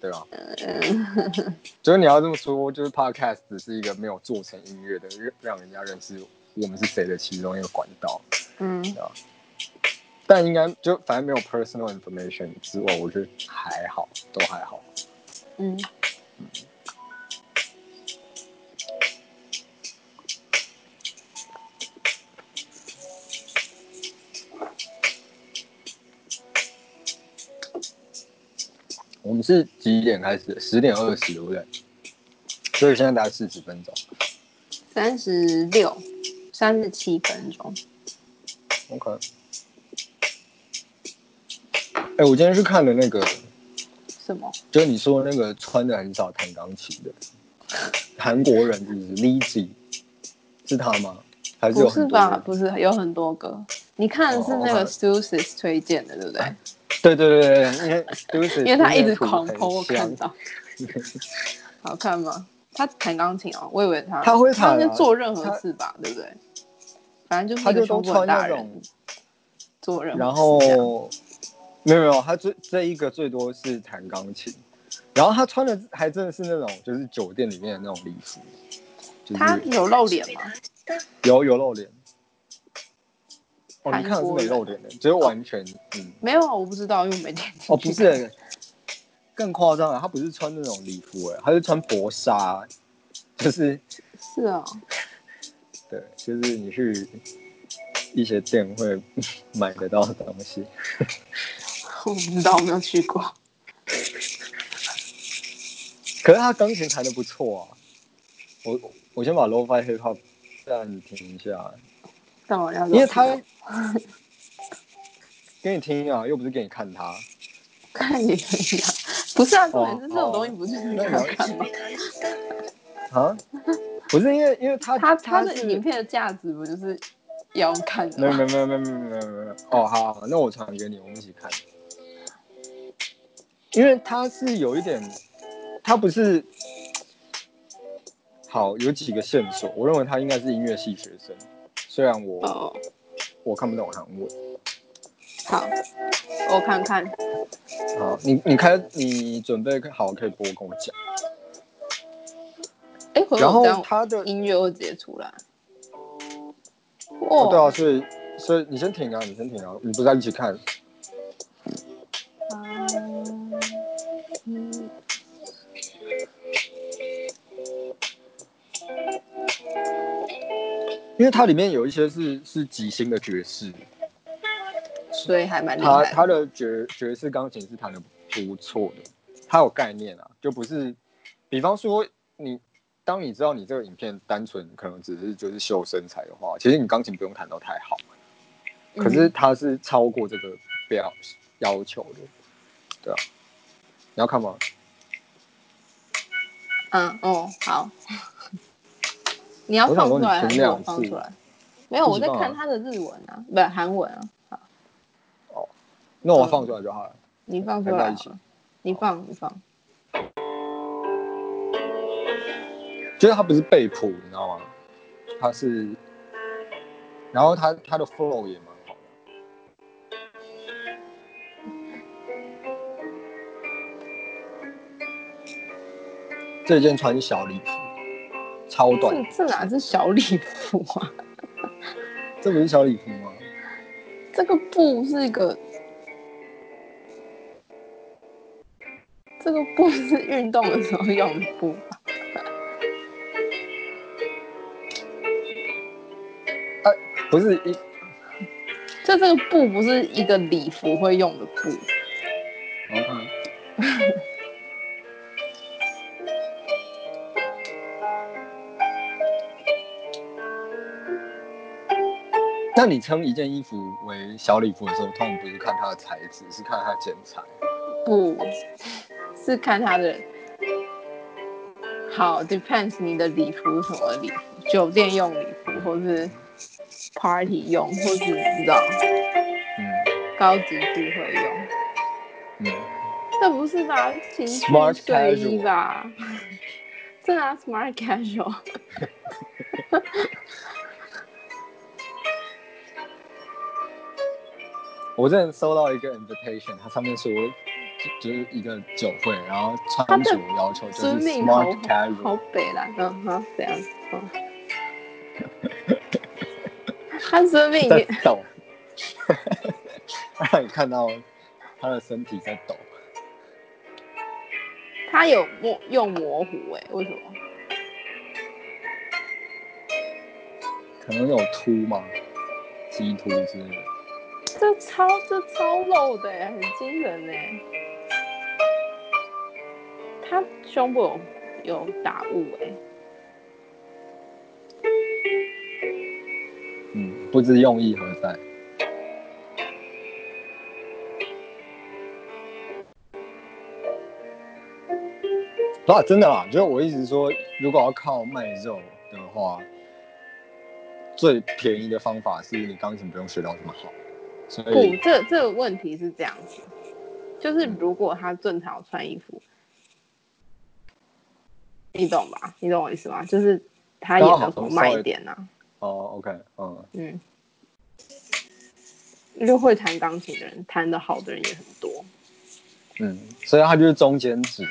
A: 对吧？就是你要这么说，就是 podcast 只是一个没有做成音乐的，让让人家认识我们是谁的其中一个管道。啊
B: 嗯，
A: 但应该就反正没有 personal information 之外，我觉得还好，都还好。
B: 嗯，
A: 我们是几点开始？十点二十，对不对？所以现在大概四十分钟。
B: 三十六、三十七分钟，
A: OK。哎、我今天去看了那个，
B: 什么？
A: 就是你说的那个穿的很少弹钢琴的韩国人，是不是 Lizzy？是他吗？还是有
B: 不是
A: 很多
B: 吧？
A: 人？
B: 不是，有很多个。你看的是那
A: 哦
B: 个 Susis 推荐的，对不对？
A: 对对对对对，因 为就是
B: 因为他一直狂
A: 喷，
B: 抛，我看到。 好看吗？他弹钢琴哦，我以为他
A: 他会弹啊
B: 他应该做任何
A: 他
B: 事吧，对不对？反正就是
A: 他
B: 一个
A: 就都
B: 胸部很
A: 穿那
B: 大的
A: 种
B: 人，做任何
A: 然
B: 事这样
A: 后没有没有，他最这一个最多是弹钢琴，然后他穿的还真的是那种就是酒店里面的那种礼服，就是
B: 他有露脸吗？
A: 有有露脸。哦，
B: 韩
A: 你看的是
B: 国
A: 没
B: 人哦
A: 露脸的，就是完全嗯，
B: 没有啊，我不知道，因为我没点进去。
A: 哦不是、，更夸张啊，他不是穿那种礼服哎、他是穿薄纱，就是
B: 是啊，
A: 对，就是你去一些店会买得到的东西。
B: 我不知道，我没有去过。
A: 可是他钢琴弹的不错啊。我我先把 lofi hip hop 暂停一下，
B: 但我要
A: 因为他给你听啊，又不是给你看他。
B: 看也一样，不是啊，重点是
A: 哦
B: 这种
A: 哦
B: 东西不是你
A: 那
B: 看
A: 你要
B: 看吗？
A: 啊？不是因为因为他
B: 它它
A: 他
B: 的
A: 是
B: 影片的价值不就是要看
A: 没
B: 的
A: 有
B: 吗？
A: 没有没有没有没有没有没有哦，好，好那我传给你，我们一起看。因为他是有一点，他不是好有几个线索，我认为他应该是音乐系学生，虽然我、
B: 哦，
A: 我看不懂韩文。
B: 好，我看看，
A: 好，你你开你准备好可以播跟我讲。
B: 哎，回
A: 然
B: 头
A: 后
B: 这样
A: 他的
B: 音乐会直接出来。
A: 哦对啊，
B: 哇，
A: 所以所以你先停啊，你先停啊，你不是要一起看？
B: 嗯，
A: 因为它里面有一些是是即兴的爵士，
B: 所以还蛮厉
A: 他
B: 害
A: 他
B: 的。
A: 的爵爵士钢琴是弹的不错的，他有概念啊，就不是，比方说你当你知道你这个影片单纯可能只是就是秀身材的话，其实你钢琴不用弹到太好，可是
B: 嗯
A: 他是超过这个标要求的，对啊，你要看吗？
B: 嗯哦，好，你要
A: 我想说
B: 放出
A: 你
B: 来还
A: 停
B: 是我
A: 两
B: 放
A: 次
B: 出来？没有，
A: 不
B: 我
A: 知
B: 在
A: 道啊
B: 看他的日文啊，不韩文啊。好，
A: 那我放出来就好了。
B: 你放出
A: 还在
B: 来
A: 一起
B: 好了，你放你放。
A: 就是他不是被谱，你知道吗？他是，然后他他的 flow 也蛮好的，这件穿小礼服，超短，
B: 这这哪是小礼服啊？
A: 这不是小礼服吗？
B: 这个布是一个，这个布是运动的时候用的布吧。
A: 不是一
B: 就这个布不是一个礼服会用的布，
A: ，OK，那你称一件衣服为小礼服的时候，通常不是看它的材质，是看它的剪裁。
B: 布是看它的。好，depends 你的礼服是什么礼服，酒店用礼服，或是 party 用，或是你知道
A: 嗯
B: 高级聚会用。
A: 嗯，
B: 这不是吧？情趣
A: Smart
B: 睡衣
A: casual
B: 吧？这哪 smart casual？
A: 我之前收到一个 invitation，它上面说就就是一个酒会，然后
B: 它
A: 穿
B: 的
A: 着要求就是
B: 遵命好
A: smart
B: 好
A: casual，
B: 北蓝，嗯哼，这样，嗯， 他遵命
A: 在抖， 让你看到他的身体在抖。
B: 他有模用模糊哎、为什么？
A: 可能有秃吗？鸡秃之类的。
B: 这超这超露的哎、很惊人哎、他胸部有有打雾哎、
A: 嗯，不知用意何在。啊，真的啦，就是我一直说，如果要靠卖肉的话，最便宜的方法是你钢琴不用学到这么好，所
B: 不
A: 以，
B: 这这个问题是这样子，就是如果他正常穿衣服，你懂吧？你懂我意思吗？就是他也能多卖一点啊，
A: 哦，OK，嗯，
B: 嗯。就会弹钢琴的人，弹的好的人也很多，
A: 嗯，所以它就是中间值，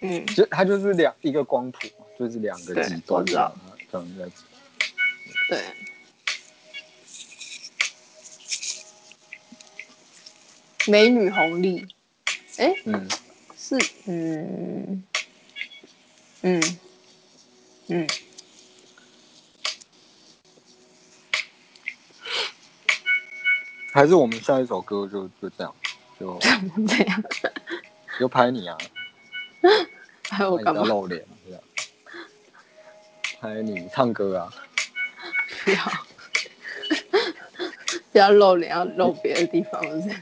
B: 嗯，
A: 就它就是两一个光谱，就是两个
B: 对
A: 极
B: 我
A: 端
B: 知
A: 这样
B: 道
A: 这样在走
B: 对。美女红利，哎、
A: 嗯，
B: 是，嗯，嗯，嗯，
A: 还是我们下一首歌就就这样，就
B: 这样，
A: 就拍你啊。
B: 还哎有我
A: 那
B: 干
A: 你
B: 嘛
A: 要？露脸这样？还有你唱歌啊？
B: 不要， 不要露脸，要露别的地方，是不是？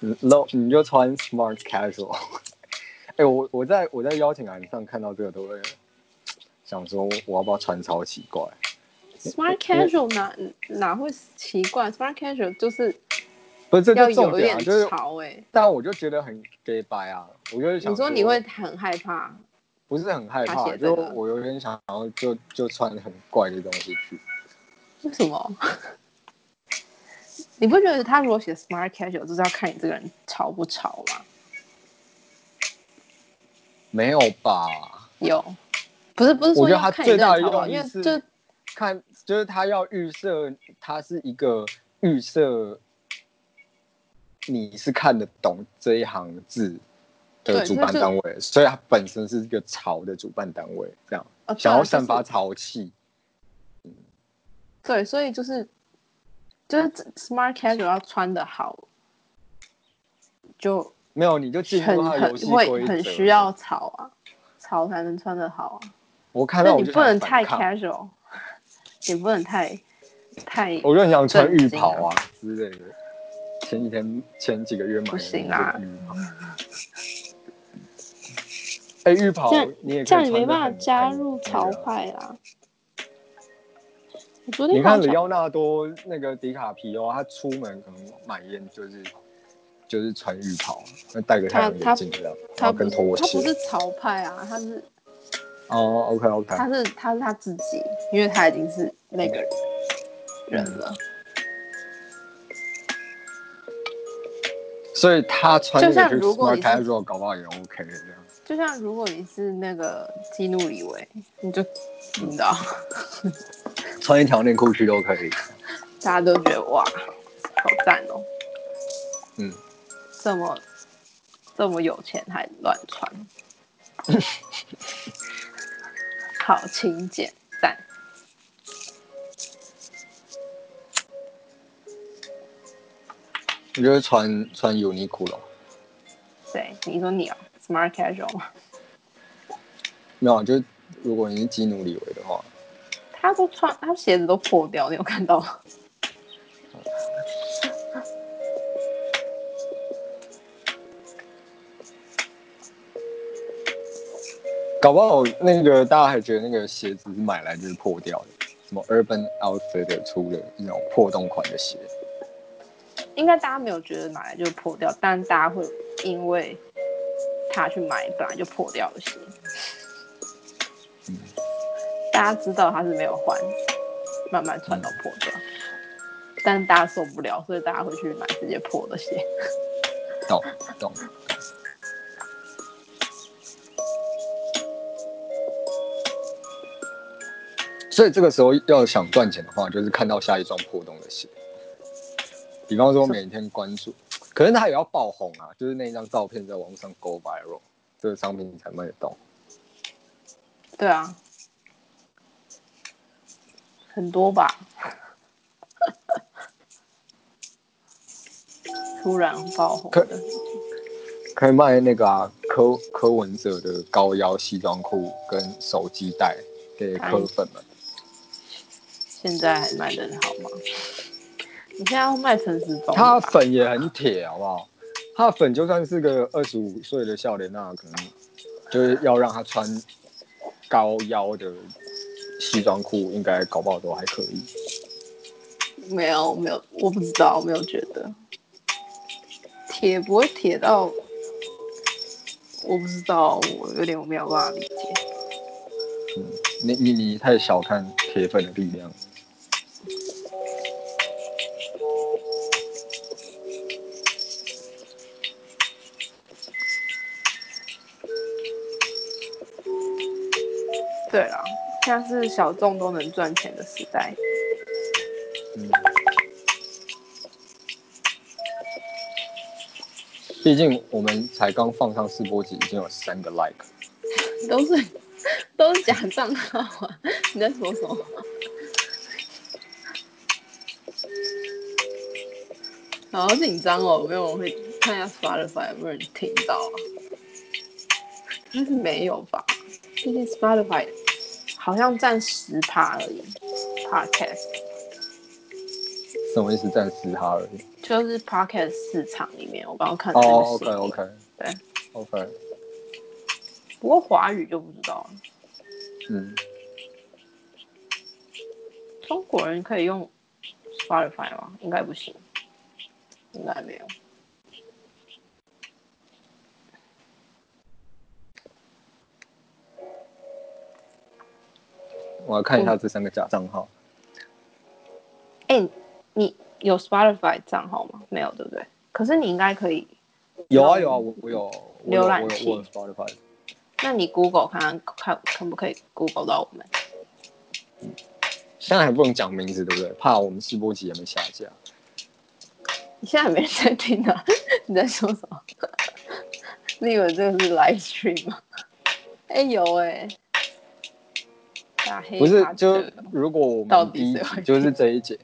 A: 你露你就穿 smart casual。哎、我我在我在邀请函上看到这个都会想说，我要不要穿超奇怪？
B: Smart casual 哪哪会奇怪？Smart casual 就是
A: 不是，这
B: 要
A: 就重
B: 有一
A: 点啊，
B: 点
A: 就是，
B: 潮哎、
A: 但我就觉得很 gay 白啊，我就是想
B: 你说你会很害怕？
A: 不是很害
B: 他
A: 怕，
B: 写这
A: 就
B: 个
A: 我有点想要就就穿很怪的东西去。
B: 为什么？ 你不觉得他如果写 smart casual 就是要看你这个人潮不潮吗？
A: 没有吧？
B: 有，不是不是
A: 我
B: 说
A: 觉得
B: 要
A: 他
B: 看你这
A: 最
B: 个
A: 大的
B: 人潮不
A: 用
B: 好，因
A: 意
B: 为
A: 是
B: 就
A: 看，就是他要预设，他是一个预设，你是看得懂这一行字的主
B: 对所以
A: 办
B: 就
A: 单位，所以它本身是一个潮的主办单位，这样
B: 呃对啊
A: 想要
B: 就是
A: 散发潮气。
B: 对，所以就是就是 smart casual 要穿的好，就
A: 没有，你就进入
B: 很
A: 他的游
B: 很
A: 戏
B: 会
A: 规
B: 很
A: 则。
B: 需要潮啊，潮才能穿得好啊。
A: 我看
B: 但
A: 到我
B: 你
A: 就
B: 不能
A: 想
B: 太
A: 反抗，
B: casual，也不能太太
A: 我就很想穿浴
B: 震惊啊
A: 袍啊之类的。前几天前几个月买的
B: 不行啊啦
A: 那个浴袍。哎，浴袍
B: 这样
A: 你也可以
B: 这样，你
A: 穿
B: 没
A: 得
B: 办法
A: 很
B: 加
A: 很
B: 入
A: 那
B: 潮
A: 个啊
B: 派啦。我昨
A: 你
B: 天
A: 看
B: 刚
A: 里
B: 讲
A: 奥纳多那个迪卡皮哦欧，他出门可能买烟就是就是穿浴袍，那戴个太阳眼镜这样，然
B: 他
A: 后跟
B: 不是
A: 拖
B: 他不
A: 鞋。
B: 是潮派啊，他是
A: 哦，OK OK，
B: 他是他是他自己，因为他已经是那个人
A: 嗯
B: 了。
A: 所以他穿
B: 就
A: 那个
B: 像
A: 去
B: 如果
A: smart
B: 你是
A: casual 搞不好也 OK 这样。
B: 就像如果你是那个激怒李维，你就你知道，
A: 穿一条内裤去都可以。
B: 大家都觉得哇，好赞哦，
A: 嗯，
B: 这么这么有钱还乱穿， 好勤俭赞。
A: 我就会穿穿 Uniqlo，
B: 对，你说你哦，smart casual 吗？
A: 没有，啊就如果你是基努里维的话，
B: 他都穿，他鞋子都破掉，你有看到吗？
A: 搞不好那个大家还觉得那个鞋子是买来就是破掉的，什么 Urban Outfitter 出的那种破洞款的鞋，
B: 应该大家没有觉得买来就破掉，但大家会因为他去买本来就破掉的鞋，大家知道他是没有还，慢慢穿到破掉，但大家受不了，所以大家会去买直接破的鞋。
A: 懂懂。所以这个时候要想赚钱的话，就是看到下一双破洞的鞋，比方说每天关注，可是它也要爆红啊，就是那一张照片在网上 go viral，这个商品你才卖得到。
B: 对啊，很多吧。突然爆红
A: 可
B: 的，
A: 可以卖那个啊，柯柯文哲的高腰西装裤跟手机袋给柯粉们。
B: 现在还卖的好吗？你现在要卖陈时中了
A: 他
B: 吧，
A: 粉也很铁，好不好？他粉就算是个二十五岁的笑脸娜，可能就是要让他穿高腰的西装裤，应该搞不好都还可以。
B: 没有没有，我不知道，我没有觉得铁不会铁到，我不知道，我有点没有办法理解。
A: 你你你太小看铁粉的力量。
B: 对啦，现在是小众都能赚钱的时代，
A: 毕竟我们才刚放上试播集，已经有三个 like。
B: 都是 都是假账号啊！你在说什么？ 好紧张哦，有没有人会看一下 Spotify 有没有人听到啊？但是没有吧？毕竟 Spotify 好像占十趴而已，Podcast
A: 什么意思？暂时哈而已。
B: 就是 Podcast 市场里面，我刚刚看
A: 哦
B: 到那个
A: ，OK
B: 新
A: OK
B: 闻对，
A: OK，
B: 不过华语就不知道了。
A: 嗯，
B: 中国人可以用 Spotify 吗？应该不行，应该没有。
A: 我来看一下这三个假账号。
B: 哎、你有 Spotify 账号吗？没有，对不对？可是你应该可以。
A: 有啊有啊，我我有我有
B: 浏
A: 我
B: 览
A: 有
B: 器
A: 我有 Spotify。
B: 那你 Google 看看看可不可以 Google 到我们？
A: 现在还不能讲名字，对不对？怕我们试播集也没下架。
B: 你现在没人在听啊？ 你在说什么？ 你以为这个是 live stream 吗？哎、有哎、大黑
A: 不是
B: 八，
A: 就
B: 折
A: 如果我
B: 到
A: 们
B: 底
A: 第一
B: 谁会
A: 集就是这一集，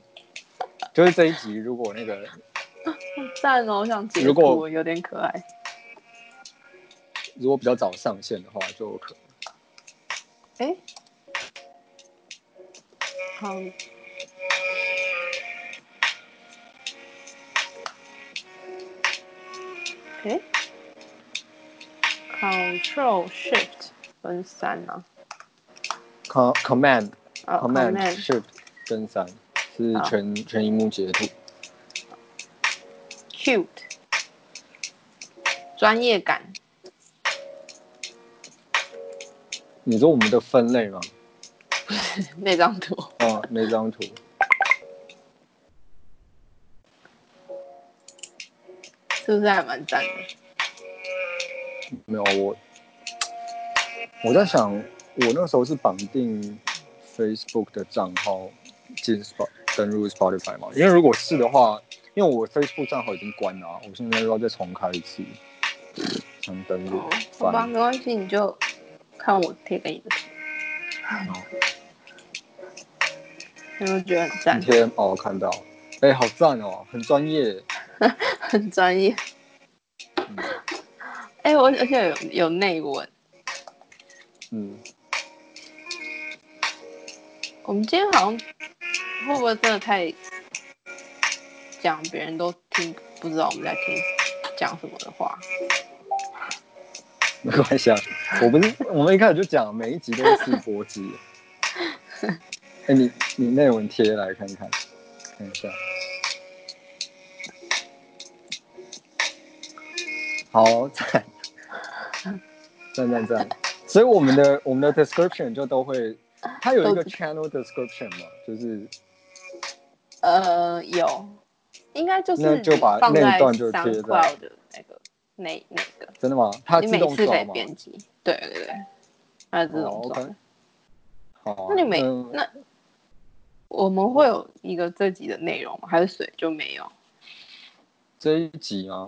A: 就是这一集，如果那个
B: 赞哦，我想截
A: 如果
B: 图有点可爱。
A: 如果比较早上线的话，就可
B: 哎、好，哎、c t r l Shift 分三啊，
A: Com- Command
B: 啊
A: Command
B: Command
A: Shift 跟三是
B: 好
A: 全全荧幕截图。
B: Cute 专业感，
A: 你说我们的分类吗？
B: 那张图
A: 哦，那张图。
B: 是不是还蛮赞的？
A: 没有，我我在想，我那时候是绑定 Facebook 的账号进 Spot 登入 Spotify 嘛？因为如果是的话，因为我 Facebook 账号已经关了、啊，我现在又要再重开一次，想登录
B: 哦。，
A: 翻
B: 好吧，没关系，你就看我贴给你的图。有没有觉得很赞
A: 今？天哦，我看到，哎、好赞哦，很专业。
B: 很专业。
A: 嗯
B: 哎、我而且有有内文。
A: 嗯，
B: 我们今天好像会不会真的太讲别人都听不知道我们在听讲什么的话？
A: 没关系啊，我不是我们一开始就讲，每一集都是试播集。哎、你你内文贴来看看，看一下。好赞，赞赞赞！所以我们的我们的 description 就都会，它有一个
B: 都
A: channel description 嘛，就是
B: 呃，有，应该就是
A: 那就把
B: 放
A: 那一
B: 在
A: 段就贴在
B: SoundCloud 的那个那那个，
A: 真的吗？它
B: 你
A: 自
B: 每
A: 动
B: 次可
A: 刷
B: 以
A: 吗？
B: 编辑。对对对，它是自
A: 哦
B: 动
A: ，OK
B: 抓。
A: 好啊，
B: 那你每、
A: 嗯
B: 那我们会有一个这集的内容吗？还是水就没有？
A: 这一集啊，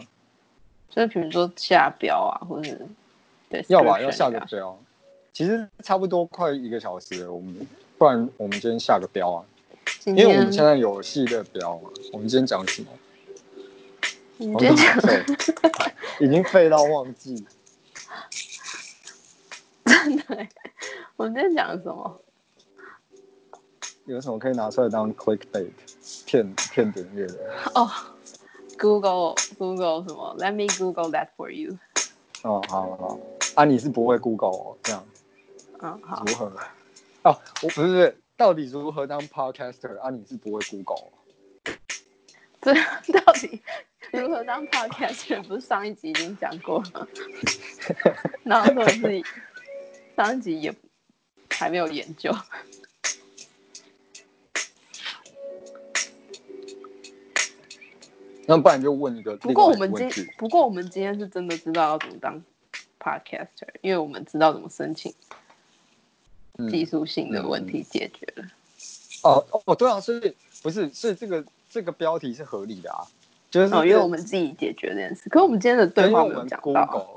B: 就是比如说下标啊，或者是对
A: 要吧，
B: description
A: 要下个
B: 啊
A: 标。其实差不多快一个小时了，我们不然我们今天下个标啊，
B: 今
A: 因为我们
B: 天
A: 现在有系列标嘛。我们今天讲什么？
B: 我们
A: 我
B: 今
A: 们
B: 天讲
A: 废，已经废到忘记。
B: 对，我们今天讲什么？
A: 有什么可以拿出来当 clickbait 骗骗点阅的？
B: 哦、g o o g l e Google 什么？Let me Google that for you。
A: 哦，好好好，啊，你是不会 Google 哦，这样
B: 嗯，好，
A: 如何？哦，我不是不是，到底如何当 podcaster？啊，你是不会 Google 哦。
B: 这到底如何当 podcast？不是上一集已经讲过了吗？然后说自己上一集也还没有研究。
A: 那不然就问一个
B: 不
A: 另
B: 过
A: 外
B: 我
A: 一个
B: 们
A: 问
B: 今
A: 题。
B: 不过我们今天是真的知道要怎么当 podcaster，因为我们知道怎么申请
A: 嗯
B: 技术性的问题解决了。
A: 哦哦，对啊，所以不是，所以这个这个标题是合理的啊，就是、
B: 哦，因为我们自己解决这件事，可我们今天的对
A: 因为
B: 话
A: 我
B: 没有
A: 们
B: 讲到啊。
A: Google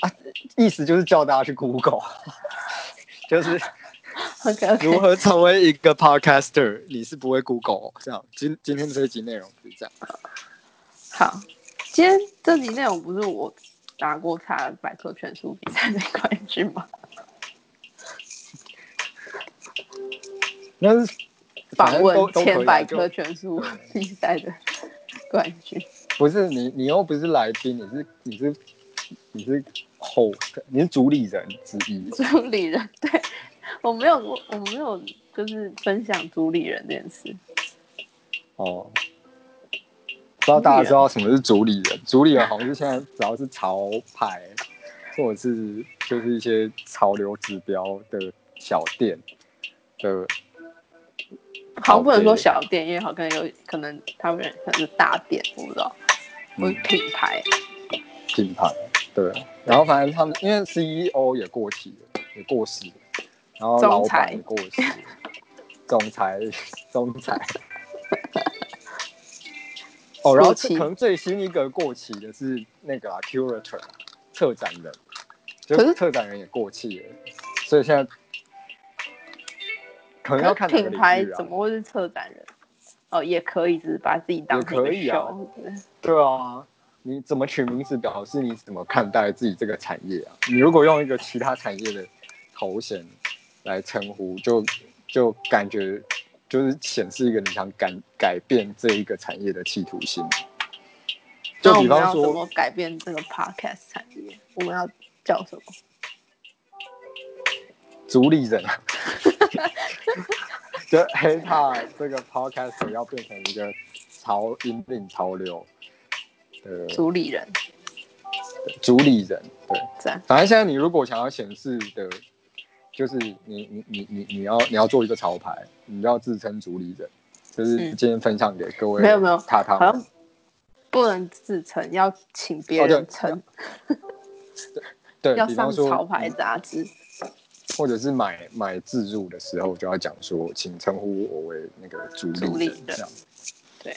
A: 啊，意思就是叫大家去 Google，就是
B: OK OK，
A: 如何成为一个 podcaster，你是不会 Google 哦这样。今今天这一集内容是这样，
B: 好，今天这集内容不是我拿过他百科全书比赛的冠军 吗？
A: 那是
B: 访问前百科
A: 科，啊就
B: 全书比赛的冠 军。
A: 不是你你又不是来宾，你是你是你是 host，你是主理人之一。
B: 主理人，对我没有，我我没有，就是分享主理人这件事。
A: 哦，不知道大家知道什么是主理人？主理人好像是现在主要是潮牌，或者是就是一些潮流指标的小店的，
B: 好像不能说
A: 好
B: 小店，因为好像有可能他们可能是大店，我不知道，
A: 嗯
B: 或是品牌。
A: 品牌，对。然后反正他们因为 CEO 也过期了，也过时了，然后老
B: 总裁
A: 板也过时了，总裁， 总裁。哦，然后
B: 过期
A: 可能最新一个过期的是那个啊，curator 策展人，就
B: 可是
A: 策展人也过气了，所以现在可能要
B: 可
A: 看
B: 是
A: 哪个
B: 品牌
A: 领域啊
B: 怎？么会是策展人？哦，也可以，只是把自己当成一个
A: 也可以啊
B: show 对
A: 对啊，你怎么取名字表示你怎么看待自己这个产业啊？你如果用一个其他产业的头衔来称呼，就就感觉就是显示一个你想改改变这一个产业的企图心。就
B: 那我
A: 比
B: 们
A: 方
B: 要怎
A: 说，
B: 么改变这个 podcast 产业？我们要叫什么？
A: 主理 人，就黑怕这个 podcast 要变成一个潮引领潮流的
B: 主理人，
A: 主理人。对，
B: 这样
A: 反正现在你如果想要显示的，就是你你你你你要你要做一个潮牌，你要自称主理人，就是
B: 嗯
A: 今天分享给各位
B: 没有没有
A: 塔塔
B: 好
A: 们
B: 像不能自称，要请别
A: 哦对
B: 人称。
A: 对
B: 要
A: 比方
B: 上
A: 说
B: 潮牌杂志，
A: 或者是买买自助的时候，就要讲说，请称呼我为那个主
B: 主
A: 理
B: 理
A: 人这
B: 人
A: 样。嗯
B: 对，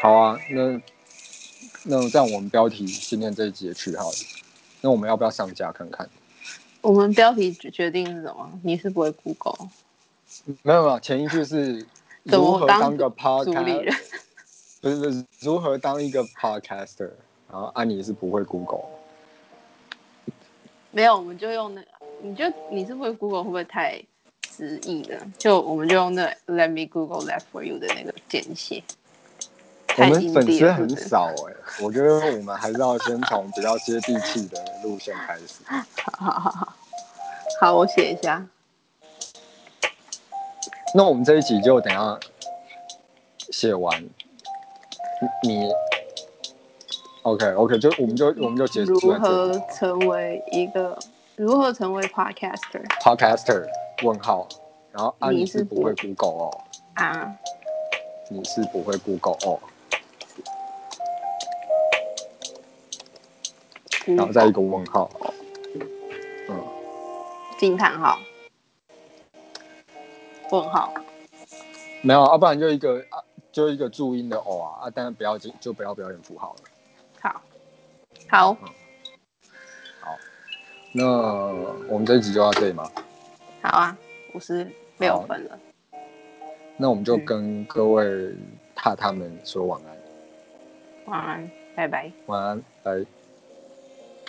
A: 好啊，那那这样我们标题今天这一集的取好了，那我们要不要上架看看？
B: 我们标题决决定是什么？你是不会 Google
A: 没有没有，前一句是
B: 怎
A: 如
B: 么
A: 何
B: 当
A: 当个
B: 主理
A: podcast，
B: 人？
A: 不是不是如何当一个 podcaster，然后安妮是不会 Google，
B: 没有，我们就用那个，你就你是不会 Google 会不会太直译了？就我们就用那 Let me Google that for you 的那个简写。
A: 我
B: 太
A: 们粉
B: indie
A: 丝
B: 了是
A: 很
B: 不是
A: 少哎、我觉得我们还是要先从比较接地气的路线开始。
B: 好好好好，好，我写一下。
A: 那我们这一集就等一下写完，你你 OK OK，就我们就我们就结束
B: 如
A: 在这
B: 何成为一个如何成为 podcaster
A: Podcaster 问号，然后安妮
B: 你是
A: 是不会
B: 不
A: Google 哦，
B: 啊？
A: 你是不会 Google 哦，然后再一个问号，嗯，
B: 惊叹号，问号，
A: 没有，要、不然就一个啊，就一个注音的哦啊，啊，当然不要就就不要表演符号了。
B: 好，好，
A: 那我们这一集就到这里吗？
B: 好啊，五十六分了，
A: 那我们就
B: 嗯
A: 跟各位榻榻们说晚安，
B: 晚安，拜拜。
A: 晚安，拜。